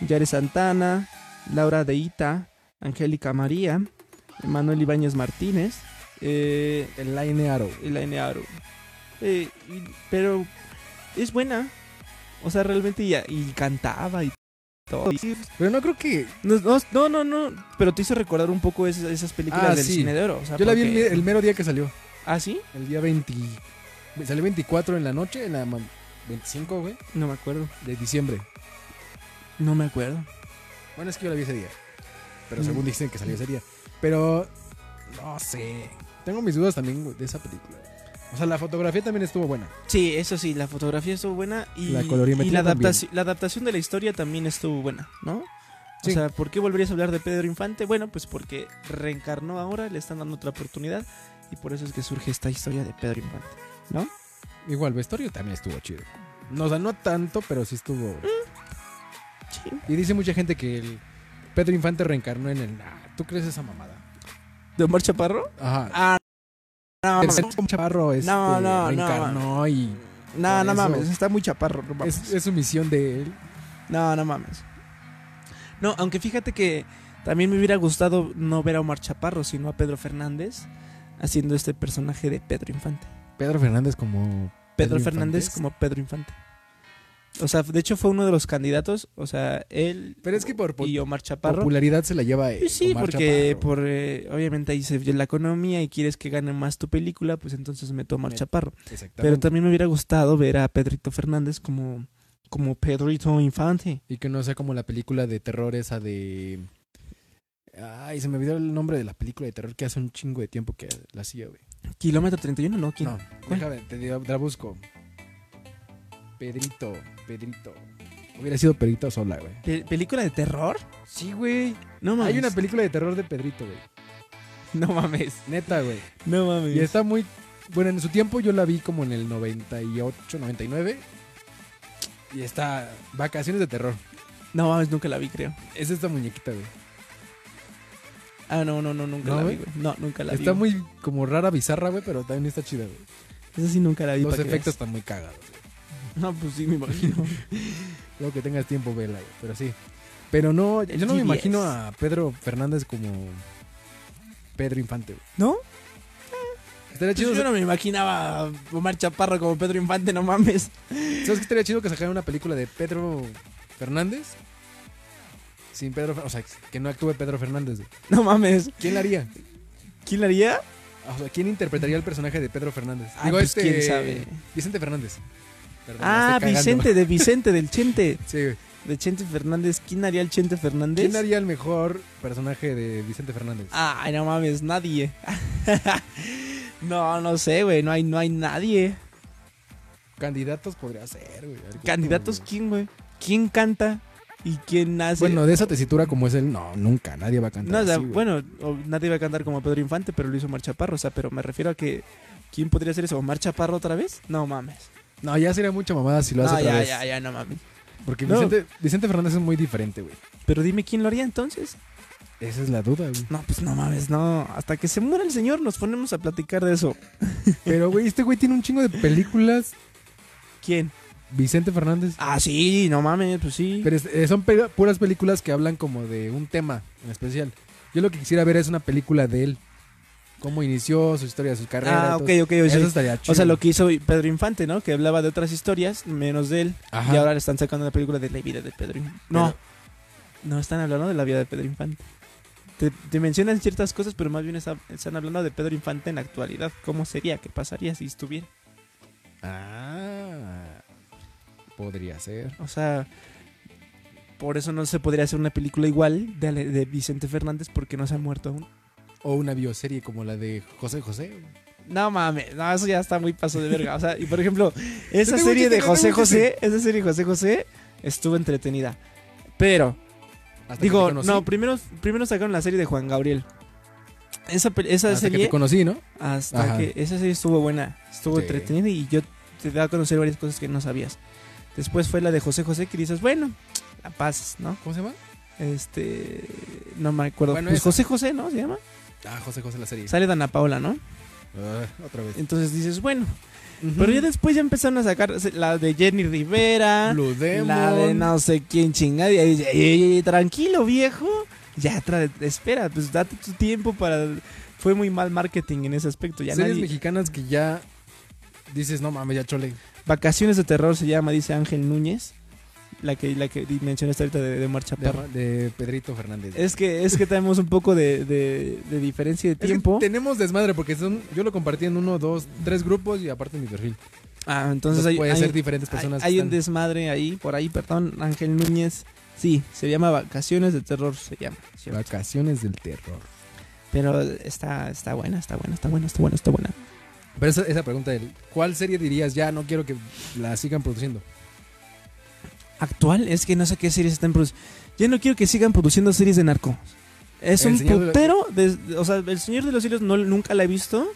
Speaker 2: Yare Santana. Laura Deita. Angélica María. Manuel Ibáñez Martínez. Eh,
Speaker 1: Elaine Aro.
Speaker 2: Elaine Aro. Eh, y- pero es buena. O sea, realmente y, y cantaba y todo. Y sí,
Speaker 1: Pero no creo que.
Speaker 2: No, no, no, no, no, Pero te hizo recordar un poco esas, esas películas
Speaker 1: Ah,
Speaker 2: del
Speaker 1: sí.
Speaker 2: cine de oro. o sea,
Speaker 1: Yo la vi el,
Speaker 2: porque-
Speaker 1: me- el mero día que salió.
Speaker 2: ¿Ah, sí?
Speaker 1: El día 20. Salió 24 en la noche. En la ma- 25, güey.
Speaker 2: No me acuerdo.
Speaker 1: De diciembre.
Speaker 2: No me acuerdo.
Speaker 1: Bueno, es que yo la vi ese día. Pero
Speaker 2: Mm.
Speaker 1: según dicen que salió ese día. Pero no sé. Tengo mis dudas también güey, de esa película. O sea, la fotografía también estuvo buena.
Speaker 2: Sí, eso sí, la fotografía estuvo buena y
Speaker 1: La colorimetría
Speaker 2: y la,
Speaker 1: también.
Speaker 2: adaptaci- la adaptación de la historia también estuvo buena, ¿no?
Speaker 1: Sí.
Speaker 2: O sea, ¿por qué volverías a hablar de Pedro Infante? Bueno, pues porque reencarnó ahora, le están dando otra oportunidad y por eso es que surge esta historia de Pedro Infante, ¿no?
Speaker 1: Igual, vestuario también estuvo chido. No, o sea, no tanto, pero sí estuvo.
Speaker 2: Sí.
Speaker 1: Y dice mucha gente que el Pedro Infante reencarnó en el. Ah, ¿Tú crees esa mamada?
Speaker 2: ¿De Omar Chaparro?
Speaker 1: Ajá.
Speaker 2: Ah, no,
Speaker 1: El
Speaker 2: mames.
Speaker 1: Sancho Chaparro este,
Speaker 2: No, no, no.
Speaker 1: reencarnó y
Speaker 2: no, no
Speaker 1: eso-
Speaker 2: mames, está muy chaparro, no mames.
Speaker 1: es, es su misión de él.
Speaker 2: No, no mames. No, aunque fíjate que también me hubiera gustado no ver a Omar Chaparro, sino a Pedro Fernández haciendo este personaje de Pedro Infante.
Speaker 1: Pedro Fernández como
Speaker 2: Pedro
Speaker 1: ¿Pedro
Speaker 2: Fernández
Speaker 1: Infante?
Speaker 2: como Pedro Infante. O sea, de hecho fue uno de los candidatos, o sea, él
Speaker 1: Pero es que por, por
Speaker 2: y Omar Chaparro.
Speaker 1: popularidad se la lleva eh, él.
Speaker 2: Pues sí, porque por, eh, obviamente ahí se vio la economía y quieres que gane más tu película, pues entonces meto a Omar
Speaker 1: Me-
Speaker 2: Chaparro. Pero también me hubiera gustado ver a Pedrito Fernández como, como Pedrito Infante.
Speaker 1: Y que no sea como la película de terror esa de. Ay, se me olvidó el nombre de la película de terror que hace un chingo de tiempo que la hacía, güey.
Speaker 2: Kilómetro 31, ¿no? ¿Quién?
Speaker 1: No,
Speaker 2: ¿Cuál?
Speaker 1: déjame, te, digo, te la busco. Pedrito, Pedrito. Hubiera sido Pedrito sola, güey.
Speaker 2: Pe- ¿Película de terror?
Speaker 1: Sí, güey.
Speaker 2: No mames.
Speaker 1: Hay una película de terror de Pedrito, güey.
Speaker 2: No mames.
Speaker 1: Neta, güey.
Speaker 2: No mames.
Speaker 1: Y está muy. Bueno, en su tiempo yo la vi como en el 98, 99. Y está. Vacaciones de terror.
Speaker 2: No mames, nunca la vi, creo.
Speaker 1: Es esta muñequita, güey.
Speaker 2: Ah, no, no, no, nunca
Speaker 1: ¿No,
Speaker 2: la
Speaker 1: güey?
Speaker 2: vi, güey. No, nunca la vi.
Speaker 1: Está
Speaker 2: güey.
Speaker 1: muy como rara, bizarra, güey, pero también está chida, güey.
Speaker 2: Esa sí nunca la vi.
Speaker 1: Los
Speaker 2: pa' que
Speaker 1: efectos están muy cagados. güey.
Speaker 2: veas. No, pues sí, me imagino.
Speaker 1: Luego que tengas tiempo, vela, güey, pero sí. Pero no,
Speaker 2: El
Speaker 1: yo no me
Speaker 2: GDS.
Speaker 1: imagino a Pedro Fernández como Pedro Infante, güey.
Speaker 2: ¿No?
Speaker 1: Estaría
Speaker 2: Yo,
Speaker 1: chido,
Speaker 2: yo no me imaginaba a Omar Chaparro como Pedro Infante, no mames.
Speaker 1: ¿sabes qué estaría chido que sacaran una película de Pedro Fernández? Sin Pedro, Fer- o sea, que no actúe Pedro Fernández. güey.
Speaker 2: No mames.
Speaker 1: ¿Quién la haría?
Speaker 2: ¿Quién la haría?
Speaker 1: O sea, ¿quién interpretaría el personaje de Pedro Fernández? este
Speaker 2: Ah, pues, quién sabe.
Speaker 1: Vicente Fernández. Perdón, la
Speaker 2: Ah,
Speaker 1: estoy cagando.
Speaker 2: Vicente, de Vicente, del Chente.
Speaker 1: Sí, güey.
Speaker 2: De Chente Fernández. ¿Quién haría el Chente Fernández?
Speaker 1: ¿Quién haría el mejor personaje de Vicente Fernández?
Speaker 2: Ay, no mames, nadie. no, no sé, güey. No hay, no hay nadie.
Speaker 1: Candidatos podría ser, güey. algo
Speaker 2: ¿Candidatos
Speaker 1: como-
Speaker 2: quién, güey? ¿Quién canta? ¿Y quién hace?
Speaker 1: Bueno, de esa tesitura como es él, no, nunca, nadie va a cantar.
Speaker 2: No, o sea,
Speaker 1: así, güey.
Speaker 2: bueno, o nadie iba a cantar como Pedro Infante, pero lo hizo Omar Chaparro. O sea, pero me refiero a que. ¿Quién podría hacer eso? ¿Omar Chaparro otra vez? No mames.
Speaker 1: No, ya sería mucha mamada si lo hace
Speaker 2: No,
Speaker 1: otra
Speaker 2: ya,
Speaker 1: vez.
Speaker 2: ya, ya, no mames.
Speaker 1: Porque
Speaker 2: No.
Speaker 1: Vicente, Vicente Fernández es muy diferente, güey.
Speaker 2: Pero dime quién lo haría entonces.
Speaker 1: Esa es la duda, güey.
Speaker 2: No, pues no mames, no. Hasta que se muera el señor nos ponemos a platicar de eso.
Speaker 1: Pero, güey, este güey tiene un chingo de películas.
Speaker 2: ¿Quién?
Speaker 1: Vicente Fernández.
Speaker 2: Ah, sí, no mames, pues sí.
Speaker 1: Pero es- eh, son pe- puras películas que hablan como de un tema en especial. Yo lo que quisiera ver es una película de él. Cómo inició su historia, su carrera.
Speaker 2: ah,
Speaker 1: todo.
Speaker 2: ok, ok. o sea,
Speaker 1: Eso estaría chido.
Speaker 2: O sea, lo que hizo Pedro Infante, ¿no? Que hablaba de otras historias, menos de él.
Speaker 1: Ajá.
Speaker 2: Y ahora le están sacando una película de la vida de Pedro Infante. No. No están hablando de la vida de Pedro Infante. Te, te mencionan ciertas cosas, pero más bien está- están hablando de Pedro Infante en la actualidad. ¿Cómo sería? ¿Qué pasaría si estuviera?
Speaker 1: Ah. Podría ser.
Speaker 2: O sea, por eso no se podría hacer una película igual de, Ale- de Vicente Fernández porque no se ha muerto aún.
Speaker 1: O una bioserie como la de José José. güey.
Speaker 2: No mames, no, eso ya está muy paso de verga. O sea, y por ejemplo, esa
Speaker 1: Te tengo un
Speaker 2: serie
Speaker 1: chiste, te
Speaker 2: de
Speaker 1: tengo un
Speaker 2: José José,
Speaker 1: chiste.
Speaker 2: esa serie de José José estuvo entretenida. Pero
Speaker 1: Hasta que te
Speaker 2: Digo,
Speaker 1: conocí.
Speaker 2: no, primero, primero sacaron la serie de Juan Gabriel. Esa, pel- esa
Speaker 1: Hasta que
Speaker 2: serie.
Speaker 1: te conocí, ¿no?
Speaker 2: hasta
Speaker 1: Ajá.
Speaker 2: que. Esa serie estuvo buena. Estuvo
Speaker 1: Sí.
Speaker 2: entretenida y yo te daba a conocer varias cosas que no sabías. Después fue la de José José que dices, bueno, la pasas, ¿no?
Speaker 1: ¿Cómo se llama?
Speaker 2: Este. No me acuerdo.
Speaker 1: Bueno,
Speaker 2: pues
Speaker 1: esa.
Speaker 2: José José, ¿no? Se llama.
Speaker 1: Ah, José José la serie.
Speaker 2: Sale Dana Paula, ¿no?
Speaker 1: Ah, otra vez.
Speaker 2: Entonces dices, bueno. Pero ya después ya empezaron a sacar la de Jenny Rivera.
Speaker 1: Blue
Speaker 2: La de
Speaker 1: Demon.
Speaker 2: no sé quién chingada. Y ahí dice, "Ey, ey, ey, tranquilo, viejo. Ya, tra- espera, pues date tu tiempo para... Fue muy mal marketing en ese aspecto. Ya
Speaker 1: series
Speaker 2: nadie-
Speaker 1: mexicanas que ya dices, no mames, ya chole.
Speaker 2: Vacaciones de terror se llama, dice Ángel Núñez. La que, la que di- mencionaste ahorita de, de Marcha
Speaker 1: De,
Speaker 2: Perra.
Speaker 1: de Pedrito Fernández.
Speaker 2: Es que, es que tenemos un poco de, de- de diferencia de
Speaker 1: Es que
Speaker 2: tiempo.
Speaker 1: tenemos desmadre porque son, yo lo compartí en uno, dos, tres grupos y aparte en mi perfil.
Speaker 2: Ah, entonces
Speaker 1: Entonces
Speaker 2: hay,
Speaker 1: puede
Speaker 2: hay-
Speaker 1: ser diferentes
Speaker 2: hay-
Speaker 1: personas.
Speaker 2: hay
Speaker 1: que
Speaker 2: un
Speaker 1: están-
Speaker 2: desmadre ahí, por ahí, perdón, Ángel Núñez. Sí, se llama Vacaciones de Terror, se llama. ¿cierto?
Speaker 1: Vacaciones del terror.
Speaker 2: Pero está, está buena, está buena, está buena, está buena, está buena.
Speaker 1: Pero esa, esa pregunta del ¿cuál serie dirías ya no quiero que la sigan produciendo?
Speaker 2: actual es que no sé qué series están produciendo. Yo no quiero que sigan produciendo series de narco. Es
Speaker 1: El
Speaker 2: un
Speaker 1: Señor de los-
Speaker 2: putero. de- o sea, El Señor de los Cielos no, nunca la he visto.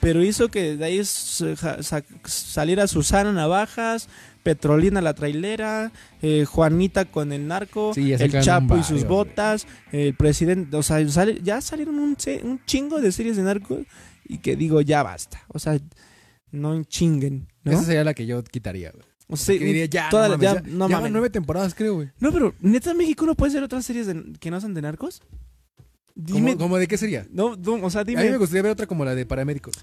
Speaker 2: Pero hizo que de ahí s- ja- sa- saliera Susana Navajas, Petrolina la trailera, eh, Juanita con el narco,
Speaker 1: Sí, ya
Speaker 2: el
Speaker 1: sacaron
Speaker 2: Chapo y sus
Speaker 1: varios,
Speaker 2: botas, el presidente. O sea, sale- ya salieron un, se- un chingo de series de narco y que digo, ya basta. O sea, no chinguen. ¿no?
Speaker 1: Esa sería la que yo quitaría. güey.
Speaker 2: O sea,
Speaker 1: Que diría ya,
Speaker 2: toda
Speaker 1: no
Speaker 2: la-
Speaker 1: mames,
Speaker 2: ya,
Speaker 1: ya,
Speaker 2: no
Speaker 1: ya van
Speaker 2: mamen.
Speaker 1: nueve temporadas creo, güey.
Speaker 2: No, pero neta México no puede ser otras series de- que no sean de narcos. Dime.
Speaker 1: ¿Cómo, cómo de qué sería?
Speaker 2: No, no, o sea,
Speaker 1: A mí
Speaker 2: dime.
Speaker 1: me gustaría ver otra como la de paramédicos.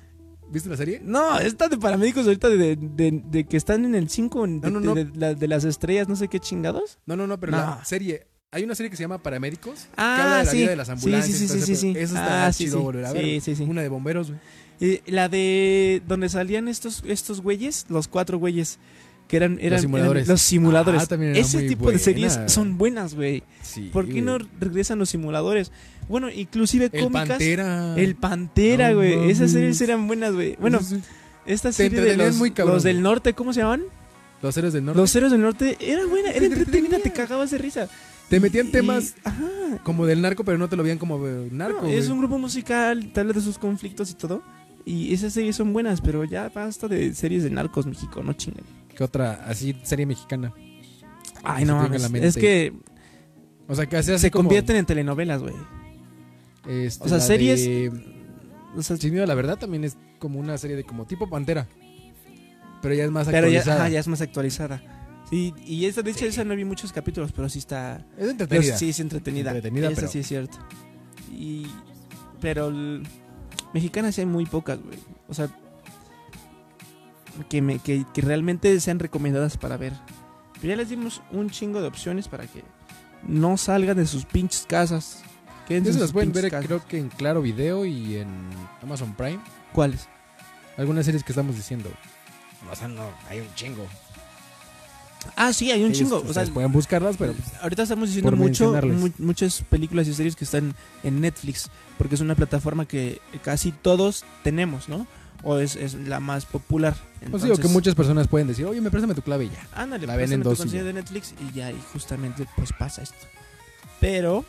Speaker 1: ¿Viste la serie?
Speaker 2: No, esta de paramédicos ahorita de, de- de- de que están en el 5 de,
Speaker 1: no, no.
Speaker 2: de- de la- de las estrellas, no sé qué chingados.
Speaker 1: No, no, no, pero
Speaker 2: No.
Speaker 1: la serie. Hay una serie que se llama Paramédicos.
Speaker 2: Ah,
Speaker 1: que habla de la
Speaker 2: sí.
Speaker 1: vida de las
Speaker 2: Sí,
Speaker 1: ambulancias.
Speaker 2: sí, sí,
Speaker 1: y todo
Speaker 2: sí,
Speaker 1: ese
Speaker 2: sí,
Speaker 1: pedo.
Speaker 2: sí.
Speaker 1: Eso está
Speaker 2: Ah, sí,
Speaker 1: chido
Speaker 2: sí.
Speaker 1: volver a
Speaker 2: Sí,
Speaker 1: ver. güey.
Speaker 2: sí, sí.
Speaker 1: Una de bomberos, güey.
Speaker 2: Eh, la de donde salían estos, estos güeyes, los cuatro güeyes, que eran, eran- eran
Speaker 1: simuladores.
Speaker 2: los simuladores.
Speaker 1: Ah, también era
Speaker 2: Ese
Speaker 1: muy
Speaker 2: tipo de series
Speaker 1: buena.
Speaker 2: son buenas, güey.
Speaker 1: Sí.
Speaker 2: ¿Por qué no
Speaker 1: güey.
Speaker 2: regresan los simuladores? Bueno, inclusive
Speaker 1: El
Speaker 2: cómicas.
Speaker 1: Pantera.
Speaker 2: El Pantera,
Speaker 1: No
Speaker 2: güey. Esas
Speaker 1: mames.
Speaker 2: series eran buenas, güey. Bueno,
Speaker 1: Sí, sí.
Speaker 2: Esta serie de
Speaker 1: entretenían
Speaker 2: los,
Speaker 1: muy cabrón,
Speaker 2: los del
Speaker 1: güey.
Speaker 2: norte, ¿cómo se llamaban?
Speaker 1: Los héroes del norte.
Speaker 2: Los héroes del norte. Era buena,
Speaker 1: Te
Speaker 2: era entretenida,
Speaker 1: entretenía.
Speaker 2: te cagabas de risa.
Speaker 1: Te metían
Speaker 2: Y-
Speaker 1: temas
Speaker 2: Ajá.
Speaker 1: como del narco, pero no te lo veían como eh, narco.
Speaker 2: No, es
Speaker 1: güey.
Speaker 2: un grupo musical, te habla de sus conflictos y todo. Y esas series son buenas, pero ya basta de series de narcos México, no chinguen.
Speaker 1: ¿Qué otra? Así, serie mexicana.
Speaker 2: Ay, no
Speaker 1: Se te venga
Speaker 2: mames.
Speaker 1: a la mente.
Speaker 2: Es que
Speaker 1: O sea, que hace así
Speaker 2: se
Speaker 1: como,
Speaker 2: convierten en telenovelas, güey.
Speaker 1: este,
Speaker 2: o sea,
Speaker 1: la
Speaker 2: series-
Speaker 1: de-
Speaker 2: O sea,
Speaker 1: Sin miedo a la verdad también es como una serie de como tipo Pantera. Pero ya es más
Speaker 2: pero ya,
Speaker 1: actualizada.
Speaker 2: ajá, ya es más actualizada. Sí, y esta, de hecho, esa no vi muchos capítulos, pero sí está.
Speaker 1: Es
Speaker 2: Pero
Speaker 1: entretenida.
Speaker 2: sí, es entretenida.
Speaker 1: Entretenida,
Speaker 2: Eso
Speaker 1: pero-
Speaker 2: sí es cierto. Y... Pero el- mexicanas sí hay muy pocas, güey. O sea, que, me, que, que realmente sean recomendadas para ver. Pero ya les dimos un chingo de opciones para que no salgan de sus pinches casas. Quédense
Speaker 1: Esas
Speaker 2: en
Speaker 1: las
Speaker 2: sus
Speaker 1: pueden
Speaker 2: pinches
Speaker 1: ver
Speaker 2: casas.
Speaker 1: creo que en Claro Video y en Amazon Prime.
Speaker 2: ¿Cuáles?
Speaker 1: Algunas series que estamos diciendo. O sea, no, hay un chingo.
Speaker 2: Ah, sí, hay un
Speaker 1: Ellos,
Speaker 2: chingo. O sea,
Speaker 1: ustedes pueden buscarlas, pero pues,
Speaker 2: ahorita estamos diciendo
Speaker 1: por
Speaker 2: mucho,
Speaker 1: mencionarles.
Speaker 2: mu- muchas películas y series que están en Netflix, porque es una plataforma que casi todos tenemos, ¿no? o es, es la más popular.
Speaker 1: Pues
Speaker 2: Entonces,
Speaker 1: digo que muchas personas pueden decir, oye, me préstame tu clave y ya.
Speaker 2: Ándale,
Speaker 1: la ven
Speaker 2: pásame
Speaker 1: en
Speaker 2: tu
Speaker 1: dos y
Speaker 2: contraseña
Speaker 1: ya.
Speaker 2: de Netflix y ya, y justamente pues pasa esto. Pero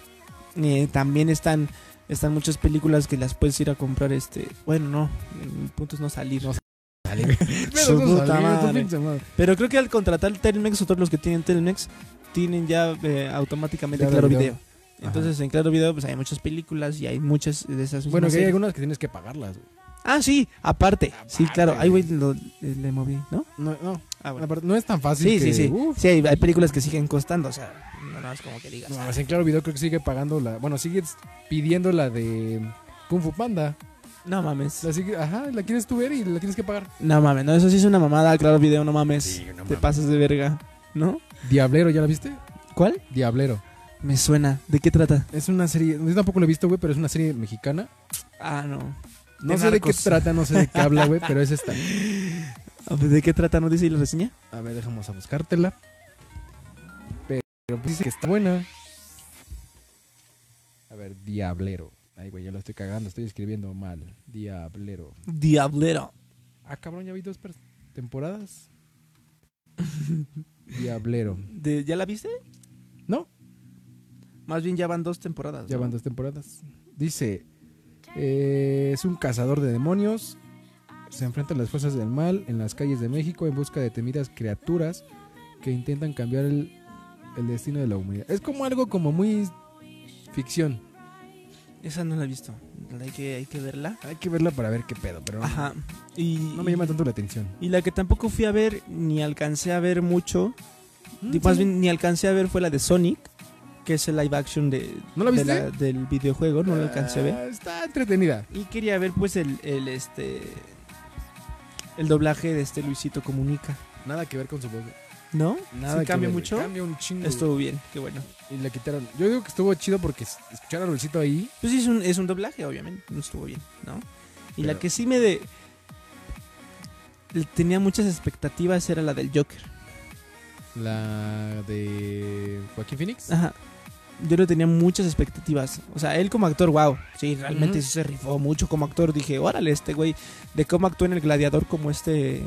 Speaker 2: eh, también están están muchas películas que las puedes ir a comprar este, bueno, no, el punto es no salir. Su
Speaker 1: Pero no salió,
Speaker 2: puta
Speaker 1: su
Speaker 2: madre.
Speaker 1: pinche madre. Pues,
Speaker 2: Pero creo que al contratar Telmex o todos los que tienen Telmex tienen ya eh, automáticamente
Speaker 1: Claro
Speaker 2: Claro,
Speaker 1: Video.
Speaker 2: Video. Entonces en Claro Video pues hay muchas películas y hay muchas de esas mismas
Speaker 1: Bueno, que hay
Speaker 2: series.
Speaker 1: algunas que tienes que pagarlas. güey.
Speaker 2: Ah, sí, aparte. Sí,
Speaker 1: Aparte,
Speaker 2: claro. Ay, güey,
Speaker 1: güey.
Speaker 2: lo- eh, le moví, ¿no?
Speaker 1: No, no,
Speaker 2: Ah, bueno.
Speaker 1: aparte, no es tan fácil.
Speaker 2: Sí,
Speaker 1: que-
Speaker 2: sí, sí.
Speaker 1: Uf.
Speaker 2: Sí, hay, hay películas que siguen costando, o sea, no, no es como que digas.
Speaker 1: No, así en Claro Video creo que sigue pagando la. Bueno, sigue pidiendo la de Kung Fu Panda.
Speaker 2: No mames.
Speaker 1: La sigue- ajá, la quieres tú ver y la tienes que pagar.
Speaker 2: No mames, no, eso sí es una mamada, claro, video, no mames.
Speaker 1: Sí, no
Speaker 2: Te
Speaker 1: mames.
Speaker 2: pasas de verga, ¿no?
Speaker 1: Diablero, ¿ya la viste?
Speaker 2: ¿Cuál?
Speaker 1: Diablero.
Speaker 2: Me suena. ¿De qué trata?
Speaker 1: Es una serie. Yo tampoco la he visto, güey, pero es una serie mexicana.
Speaker 2: Ah, no.
Speaker 1: No sé de qué
Speaker 2: narcos.
Speaker 1: trata, no sé de qué habla, güey, pero es esta.
Speaker 2: Ah, pues, ¿De qué trata? ¿No dice y la reseña?
Speaker 1: A ver, dejamos a buscártela. Pero pues, dice que está buena. A ver, Diablero. Ay, güey, ya la estoy cagando, estoy escribiendo mal. Diablero.
Speaker 2: Diablero.
Speaker 1: Ah, cabrón, ya vi dos per- temporadas. Diablero.
Speaker 2: ¿De- ¿Ya la viste?
Speaker 1: No,
Speaker 2: Más bien ya van dos temporadas.
Speaker 1: ya
Speaker 2: Pues ¿no?
Speaker 1: van dos temporadas. Dice, eh, es un cazador de demonios. Se enfrenta a las fuerzas del mal en las calles de México en busca de temidas criaturas que intentan cambiar el, el destino de la humanidad. Es como algo como muy ficción.
Speaker 2: Esa no la he visto. Hay que, hay que verla.
Speaker 1: Hay que verla para ver qué pedo, pero no,
Speaker 2: Ajá. Y,
Speaker 1: no me llama tanto la atención.
Speaker 2: Y la que tampoco fui a ver ni alcancé a ver mucho,
Speaker 1: Mm,
Speaker 2: di- más bien ni alcancé a ver fue la de Sonic, que es el live action de,
Speaker 1: ¿No la
Speaker 2: de
Speaker 1: viste?
Speaker 2: del videojuego, no la alcancé a ver.
Speaker 1: Ah, Está entretenida.
Speaker 2: Y quería ver pues el, el este el doblaje de este Luisito Comunica,
Speaker 1: Nada que ver con su voz.
Speaker 2: ¿no?
Speaker 1: Nada
Speaker 2: ¿Sí
Speaker 1: que
Speaker 2: cambia
Speaker 1: ver, güey.
Speaker 2: mucho.
Speaker 1: Cambia un chingo. güey.
Speaker 2: Estuvo bien, qué bueno.
Speaker 1: Y le quitaron. Yo digo que estuvo chido porque s- escuchar a Luisito ahí.
Speaker 2: Pues sí, es un, es un doblaje, obviamente, no estuvo bien, ¿no? Y la
Speaker 1: Pero-
Speaker 2: que sí me de tenía muchas expectativas era la del Joker.
Speaker 1: La de Joaquín Phoenix.
Speaker 2: Ajá. Yo le tenía muchas expectativas. O sea, él como actor, wow. Sí, realmente
Speaker 1: Ujú.
Speaker 2: sí se rifó mucho como actor. Dije, órale, este güey, de cómo actuó en El Gladiador como este... eh,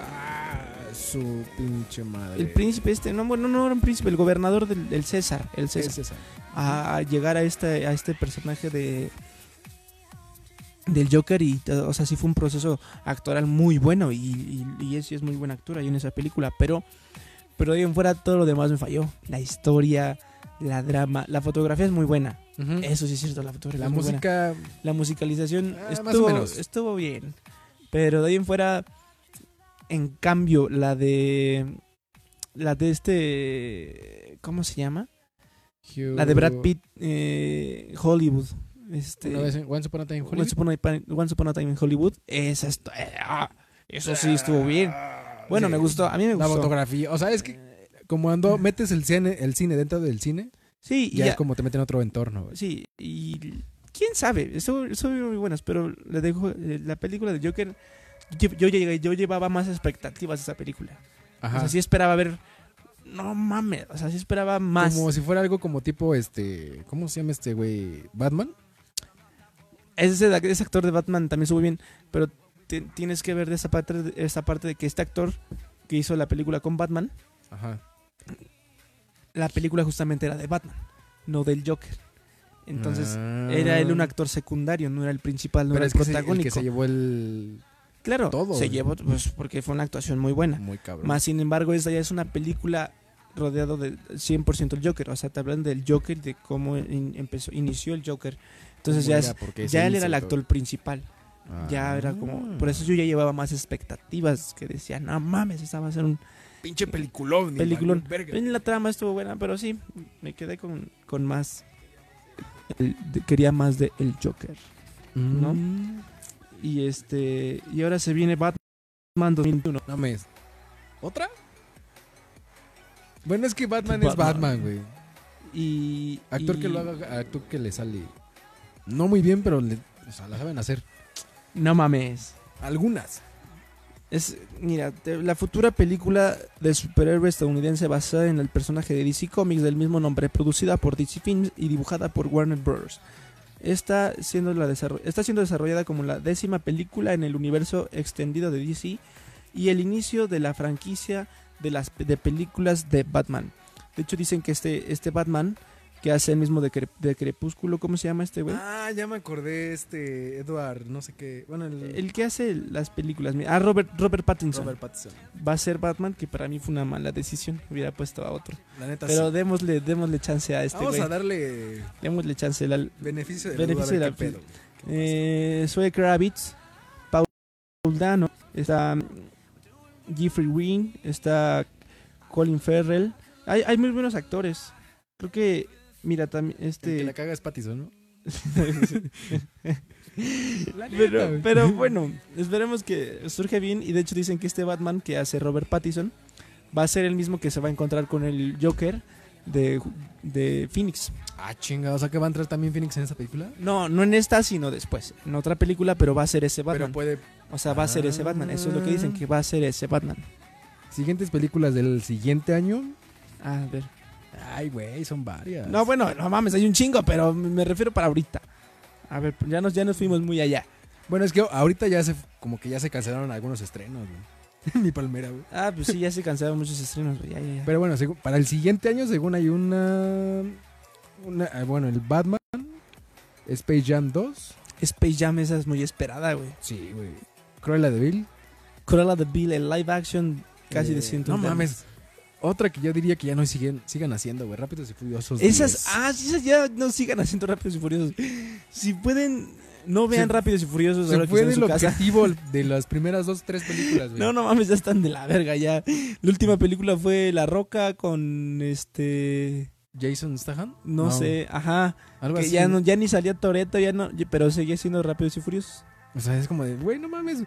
Speaker 1: Ah, su pinche madre.
Speaker 2: el príncipe este, no, bueno, no era un príncipe, el gobernador del, del César, el
Speaker 1: Es
Speaker 2: César.
Speaker 1: César.
Speaker 2: A llegar a este, a este personaje de... Del Joker y, todo, o sea, sí fue un proceso actoral muy bueno y, y, y es, y es muy buen actor ahí en esa película, pero pero de ahí en fuera todo lo demás me falló. La historia, la drama, la fotografía es muy buena. Eso sí es cierto, la fotografía
Speaker 1: La
Speaker 2: es muy buena.
Speaker 1: música.
Speaker 2: La musicalización
Speaker 1: Ah, más
Speaker 2: estuvo,
Speaker 1: o menos.
Speaker 2: estuvo bien. Pero de ahí en fuera, en cambio, la de. La de este. ¿Cómo se llama? La de Brad Pitt, eh, Hollywood. Este,
Speaker 1: Una vez en- Once Upon a Time in Hollywood.
Speaker 2: Once, Upon a Time- Once Upon a Time in Hollywood. Esa estu- eh, ah, eso sí estuvo bien. Bueno,
Speaker 1: Sí.
Speaker 2: me gustó. A mí me
Speaker 1: La
Speaker 2: gustó.
Speaker 1: fotografía. O sea, es que como ando, metes el cine, el cine dentro del cine,
Speaker 2: Sí, y
Speaker 1: ya,
Speaker 2: ya-
Speaker 1: es como te meten a otro entorno. güey.
Speaker 2: Sí, y quién sabe, son muy buenas, pero le dejo eh, la película de Joker. Yo, yo llegué- yo llevaba más expectativas de esa película.
Speaker 1: Ajá.
Speaker 2: O sea, sí esperaba ver. No mames, o sea, sí esperaba más.
Speaker 1: Como si fuera algo como tipo este. ¿Cómo se llama este güey? ¿Batman?
Speaker 2: Ese, ese actor de Batman también estuvo bien, pero ti- tienes que ver de esa parte, de esa parte de que este actor que hizo la película con Batman,
Speaker 1: Ajá.
Speaker 2: la película justamente era de Batman, no del Joker. Entonces,
Speaker 1: Ah.
Speaker 2: era él un actor secundario, no era el principal, no
Speaker 1: Pero
Speaker 2: era
Speaker 1: es
Speaker 2: el
Speaker 1: que, se- el
Speaker 2: protagónico.
Speaker 1: que se llevó el.
Speaker 2: Claro,
Speaker 1: Todo,
Speaker 2: se
Speaker 1: güey.
Speaker 2: llevó pues, porque fue una actuación muy buena.
Speaker 1: Muy cabrón.
Speaker 2: Más sin embargo, esta ya es una película rodeado del 100% el Joker, o sea, te hablan del Joker, de cómo in- empezó, inició el Joker. Entonces
Speaker 1: Como
Speaker 2: ya
Speaker 1: era,
Speaker 2: es,
Speaker 1: porque
Speaker 2: ya
Speaker 1: se
Speaker 2: él
Speaker 1: hizo
Speaker 2: era el
Speaker 1: todo.
Speaker 2: actor principal.
Speaker 1: Ah.
Speaker 2: Ya era
Speaker 1: Mm.
Speaker 2: como, por eso yo ya llevaba más expectativas que decía, "No mames, esta va a ser un
Speaker 1: Pinche peliculón. Pues ni
Speaker 2: Peliculón.
Speaker 1: valió verga.
Speaker 2: La trama estuvo buena, pero sí me quedé con, con más el- de- quería más de el Joker.
Speaker 1: Mm. ¿No?
Speaker 2: Y este, y ahora se viene Batman 2001.
Speaker 1: No me. ¿Otra? Bueno, es que Batman, es
Speaker 2: Batman.
Speaker 1: Batman, güey.
Speaker 2: Y
Speaker 1: Actor
Speaker 2: y-
Speaker 1: que lo haga, actor que le sale. No muy bien, pero le- o sea, la saben hacer.
Speaker 2: No mames.
Speaker 1: Algunas.
Speaker 2: Es, mira, te- la futura película de superhéroe estadounidense basada en el personaje de DC Comics del mismo nombre, producida por DC Films y dibujada por Warner Bros. está siendo, la desarro- está siendo desarrollada como la décima película en el universo extendido de DC y el inicio de la franquicia de las de películas de Batman. De hecho dicen que este, este Batman, que hace el mismo de, Cre- de Crepúsculo, ¿cómo se llama este güey?
Speaker 1: Ah, ya me acordé, este Edward, no sé qué. Bueno, el,
Speaker 2: El que hace las películas. mira, Ah, Robert, Robert Pattinson.
Speaker 1: Robert Pattinson.
Speaker 2: Va a ser Batman, que para mí fue una mala decisión. Hubiera puesto a otro.
Speaker 1: La neta
Speaker 2: Pero
Speaker 1: sí.
Speaker 2: démosle, démosle chance a este
Speaker 1: Vamos
Speaker 2: güey.
Speaker 1: a darle
Speaker 2: Démosle chance. La,
Speaker 1: beneficio de
Speaker 2: Beneficio
Speaker 1: la duda, a ver
Speaker 2: de la-
Speaker 1: qué pedo, güey, qué
Speaker 2: eh, Zoe Kravitz, Paul Dano, está mm, Jeffrey Wynn, está Colin Farrell. Hay, hay muy buenos actores. Creo que, mira, también
Speaker 1: pasa. El que la
Speaker 2: este...
Speaker 1: caga es Pattinson, ¿no? La neta,
Speaker 2: pero,
Speaker 1: güey.
Speaker 2: pero bueno, esperemos que surge bien. Y de hecho dicen que este Batman que hace Robert Pattinson va a ser el mismo que se va a encontrar con el Joker de, de Phoenix.
Speaker 1: Ah, chinga, o sea que va a entrar también Phoenix en esa película.
Speaker 2: No, no en esta, sino después. En otra película, pero pues, va a ser ese Batman.
Speaker 1: Pero puede
Speaker 2: o sea, va a ser ese Batman. Eso es lo que dicen, que va a ser ese Batman.
Speaker 1: siguientes películas del siguiente año.
Speaker 2: A ver.
Speaker 1: Ay, güey, son varias.
Speaker 2: No, bueno, no mames, hay un chingo, pero me refiero para ahorita. A ver, ya nos, ya nos fuimos muy allá.
Speaker 1: Bueno, es que ahorita ya se como que ya se cancelaron algunos estrenos, güey. Mi palmera, güey.
Speaker 2: Ah, pues sí, ya se cansaron muchos estrenos. güey, Ya, ya, ya.
Speaker 1: Pero bueno, segu- para el siguiente año, según hay una, una- ah, bueno, el Batman, Space Jam 2,
Speaker 2: Space Jam, esa es muy esperada, güey.
Speaker 1: sí, güey. Cruella de Bill.
Speaker 2: Cruella de Bill, el live action, casi
Speaker 1: eh,
Speaker 2: de 100
Speaker 1: No mames. Otra que yo diría que ya no siguen, sigan haciendo, güey. Rápidos y furiosos. 10.
Speaker 2: Esas, ah, sí, esas ya no sigan haciendo Rápidos y Furiosos. Si pueden, no vean
Speaker 1: Se-
Speaker 2: Rápidos y Furiosos ahora
Speaker 1: Se
Speaker 2: que están
Speaker 1: fue
Speaker 2: en
Speaker 1: del
Speaker 2: su casa.
Speaker 1: objetivo de las primeras dos, tres películas, güey.
Speaker 2: No, no mames, ya están de la verga ya. La última película fue La Roca con este...
Speaker 1: Jason Statham.
Speaker 2: No, sé, ajá.
Speaker 1: Algo
Speaker 2: Que
Speaker 1: así.
Speaker 2: ya, no, ya ni salía Toreto, ya no, pero seguía siendo Rápidos y Furiosos.
Speaker 1: O sea, es como de, güey, no mames.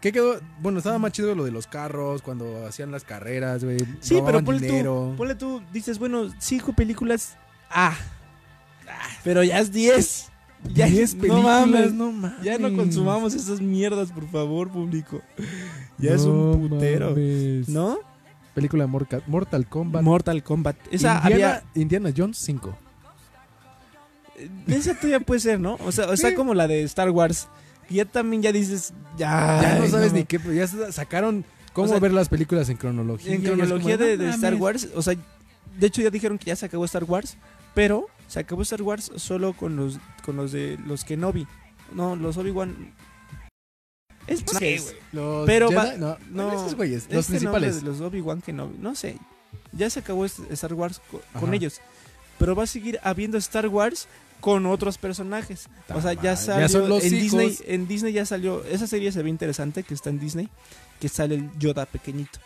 Speaker 1: ¿Qué quedó? Bueno, estaba más chido lo de los carros, cuando hacían las carreras, güey.
Speaker 2: Sí, pero
Speaker 1: robaban
Speaker 2: ponle
Speaker 1: dinero.
Speaker 2: tú, ponle tú, dices, bueno, cinco películas, ah, pero ya es 10. Ya
Speaker 1: Diez películas,
Speaker 2: no mames,
Speaker 1: no mames.
Speaker 2: Ya no consumamos esas mierdas, por favor, público. Ya es un putero.
Speaker 1: ¿No?
Speaker 2: ¿No?
Speaker 1: Película de Morca- Mortal Kombat.
Speaker 2: Mortal Kombat. Esa
Speaker 1: Indiana, Indiana Jones 5.
Speaker 2: había. Esa todavía puede ser, ¿no? O sea, o sea
Speaker 1: Sí.
Speaker 2: como la de Star Wars. que Ya también ya dices. Ya,
Speaker 1: ya no
Speaker 2: ay,
Speaker 1: sabes
Speaker 2: no,
Speaker 1: ni qué, ya sa- sacaron cómo
Speaker 2: O sea,
Speaker 1: ver las películas en cronología.
Speaker 2: En
Speaker 1: y es como
Speaker 2: cronología de,
Speaker 1: no
Speaker 2: de Star
Speaker 1: mames.
Speaker 2: Wars, o sea, de hecho ya dijeron que ya se acabó Star Wars, pero se acabó Star Wars solo con los con los de los Kenobi. No, los Obi-Wan. Es no sé, güey.
Speaker 1: Los
Speaker 2: Pero
Speaker 1: Jedi-
Speaker 2: va-
Speaker 1: no,
Speaker 2: no,
Speaker 1: esos güeyes, los
Speaker 2: Este nombre
Speaker 1: principales.
Speaker 2: de los Obi-Wan Kenobi, no sé. Ya se acabó este- Star Wars co- con,
Speaker 1: Ajá.
Speaker 2: ellos. Pero va a seguir habiendo Star Wars con otros personajes.
Speaker 1: Ta
Speaker 2: o sea,
Speaker 1: madre, ya
Speaker 2: ya salió
Speaker 1: son los
Speaker 2: en
Speaker 1: hijos.
Speaker 2: Disney, en Disney ya salió, esa serie se ve interesante que está en Disney, que sale el Yoda pequeñito.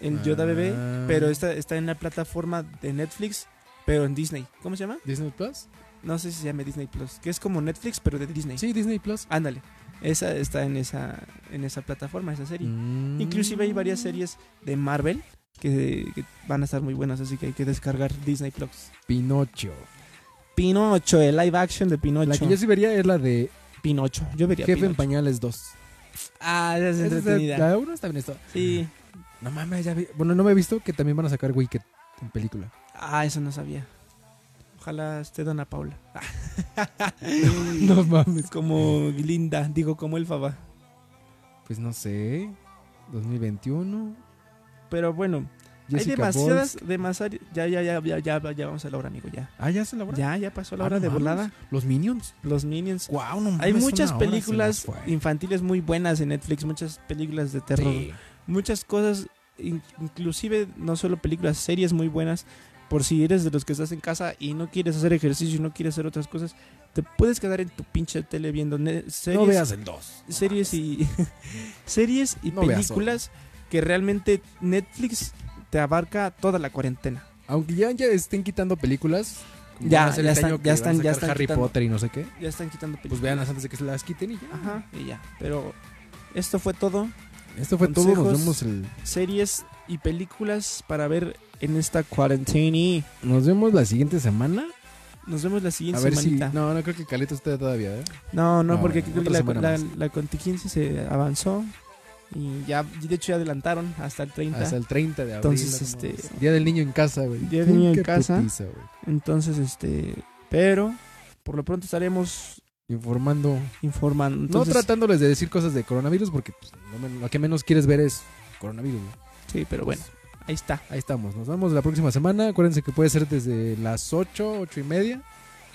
Speaker 2: El Yoda bebé
Speaker 1: Ah.
Speaker 2: pero está, está en la plataforma de Netflix, pero en Disney. ¿Cómo se llama?
Speaker 1: Disney Plus.
Speaker 2: No sé si se llama Disney Plus, que es como Netflix, pero de Disney.
Speaker 1: Sí, Disney Plus.
Speaker 2: Ándale. Esa está en esa, en esa plataforma, esa serie.
Speaker 1: Mm.
Speaker 2: Inclusive hay varias series de Marvel que, que van a estar muy buenas, así que hay que descargar Disney Plus.
Speaker 1: Pinocho.
Speaker 2: Pinocho, el live action de Pinocho.
Speaker 1: La que yo sí vería es la de
Speaker 2: Pinocho, yo vería
Speaker 1: Jefe en
Speaker 2: Pinocho.
Speaker 1: Pañales 2.
Speaker 2: Ah, esa es
Speaker 1: Esa es
Speaker 2: entretenida.
Speaker 1: La 1 está bien esto.
Speaker 2: Sí.
Speaker 1: No mames, ya vi. Bueno, no me he visto que también van a sacar Wicked en película.
Speaker 2: Ah, eso no sabía. Ojalá esté Dana Paula.
Speaker 1: No mames.
Speaker 2: Es como Linda, digo, como el Faba.
Speaker 1: Pues no sé. 2021.
Speaker 2: Pero bueno,
Speaker 1: Jessica
Speaker 2: hay demasiadas, demasiadas. Ya, ya, ya, ya, ya, ya vamos a la hora, amigo, ya.
Speaker 1: Bolz. Ah, ya se la hora?
Speaker 2: Ya, ya pasó la
Speaker 1: Ah,
Speaker 2: hora
Speaker 1: no
Speaker 2: de
Speaker 1: mames.
Speaker 2: volada.
Speaker 1: Los Minions.
Speaker 2: Los Minions.
Speaker 1: Wow, no
Speaker 2: Hay
Speaker 1: mames,
Speaker 2: muchas
Speaker 1: una hora se nos
Speaker 2: películas
Speaker 1: fue.
Speaker 2: infantiles muy buenas en Netflix, muchas películas de terror,
Speaker 1: Sí.
Speaker 2: muchas cosas, in- inclusive no solo películas, series muy buenas. Por si eres de los que estás en casa y no quieres hacer ejercicio y no quieres hacer otras cosas, te puedes quedar en tu pinche tele viendo ne- series.
Speaker 1: No veas el 2.
Speaker 2: series y series y
Speaker 1: No veas
Speaker 2: películas que realmente Netflix te abarca toda la cuarentena.
Speaker 1: Aunque ya, ya estén quitando películas. como
Speaker 2: Ya,
Speaker 1: van a ser
Speaker 2: ya
Speaker 1: este
Speaker 2: están-
Speaker 1: año que van
Speaker 2: ya
Speaker 1: a
Speaker 2: están- ya
Speaker 1: sacar
Speaker 2: están
Speaker 1: Harry
Speaker 2: quitando.
Speaker 1: Potter y no sé qué.
Speaker 2: Ya están quitando
Speaker 1: Pues
Speaker 2: películas.
Speaker 1: veanlas antes de que se las quiten y ya.
Speaker 2: Ajá, y ya. Pero esto fue todo.
Speaker 1: Esto fue todo.
Speaker 2: Consejos.
Speaker 1: Nos vemos el
Speaker 2: Series y películas para ver en esta cuarentena.
Speaker 1: Nos vemos la siguiente semana.
Speaker 2: Nos vemos la siguiente
Speaker 1: A ver si.
Speaker 2: semanita.
Speaker 1: No, no creo que Caleta esté todavía, ¿eh?
Speaker 2: no, no,
Speaker 1: No,
Speaker 2: porque
Speaker 1: bueno,
Speaker 2: creo que
Speaker 1: otra
Speaker 2: la,
Speaker 1: semana
Speaker 2: la,
Speaker 1: más.
Speaker 2: la contingencia se avanzó y ya, de hecho, ya adelantaron hasta el 30.
Speaker 1: Hasta el 30 de abril.
Speaker 2: Entonces,
Speaker 1: no mames.
Speaker 2: este-
Speaker 1: Día del niño en casa, güey.
Speaker 2: Día del niño en
Speaker 1: Qué
Speaker 2: casa.
Speaker 1: putiza, güey.
Speaker 2: Entonces, este. Pero Por lo pronto estaremos
Speaker 1: Informando.
Speaker 2: informando. Entonces,
Speaker 1: no tratándoles de decir cosas de coronavirus porque pues, lo, men- lo que menos quieres ver es coronavirus. ¿no?
Speaker 2: sí, pero bueno, ahí está.
Speaker 1: Ahí estamos. Nos vemos la próxima semana. Acuérdense que puede ser desde las 8, 8 y media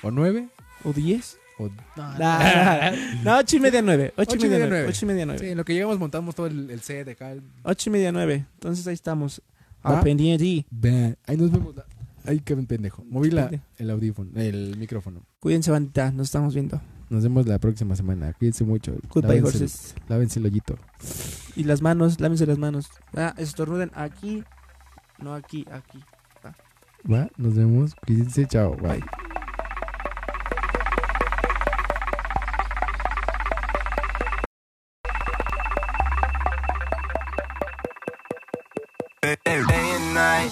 Speaker 1: o 9.
Speaker 2: ¿O 10?
Speaker 1: O...
Speaker 2: No, 8 y media 9.
Speaker 1: Ah, Ocho
Speaker 2: 8 y
Speaker 1: y
Speaker 2: media
Speaker 1: media,
Speaker 2: 9.
Speaker 1: nueve.
Speaker 2: 8 y media 9.
Speaker 1: Sí, en lo que llegamos montamos todo el, el set acá. el-
Speaker 2: 8 y media 9. Entonces ahí estamos.
Speaker 1: ¿Va?
Speaker 2: Al pendiente.
Speaker 1: Vean, Ahí nos vemos. la- Ay, qué pendejo. Moví la-
Speaker 2: Pendejo.
Speaker 1: el audífono, el micrófono.
Speaker 2: Cuídense, bandita. Nos estamos viendo.
Speaker 1: Nos vemos la próxima semana. Cuídense mucho.
Speaker 2: Goodbye,
Speaker 1: Lávense-
Speaker 2: horses.
Speaker 1: Lávense el hoyito.
Speaker 2: Y las manos, lávense las manos. Ah, estornuden aquí. No aquí, aquí.
Speaker 1: Va, nos vemos. Cuídense. Chao. Bye.
Speaker 2: Bye.
Speaker 4: day and night.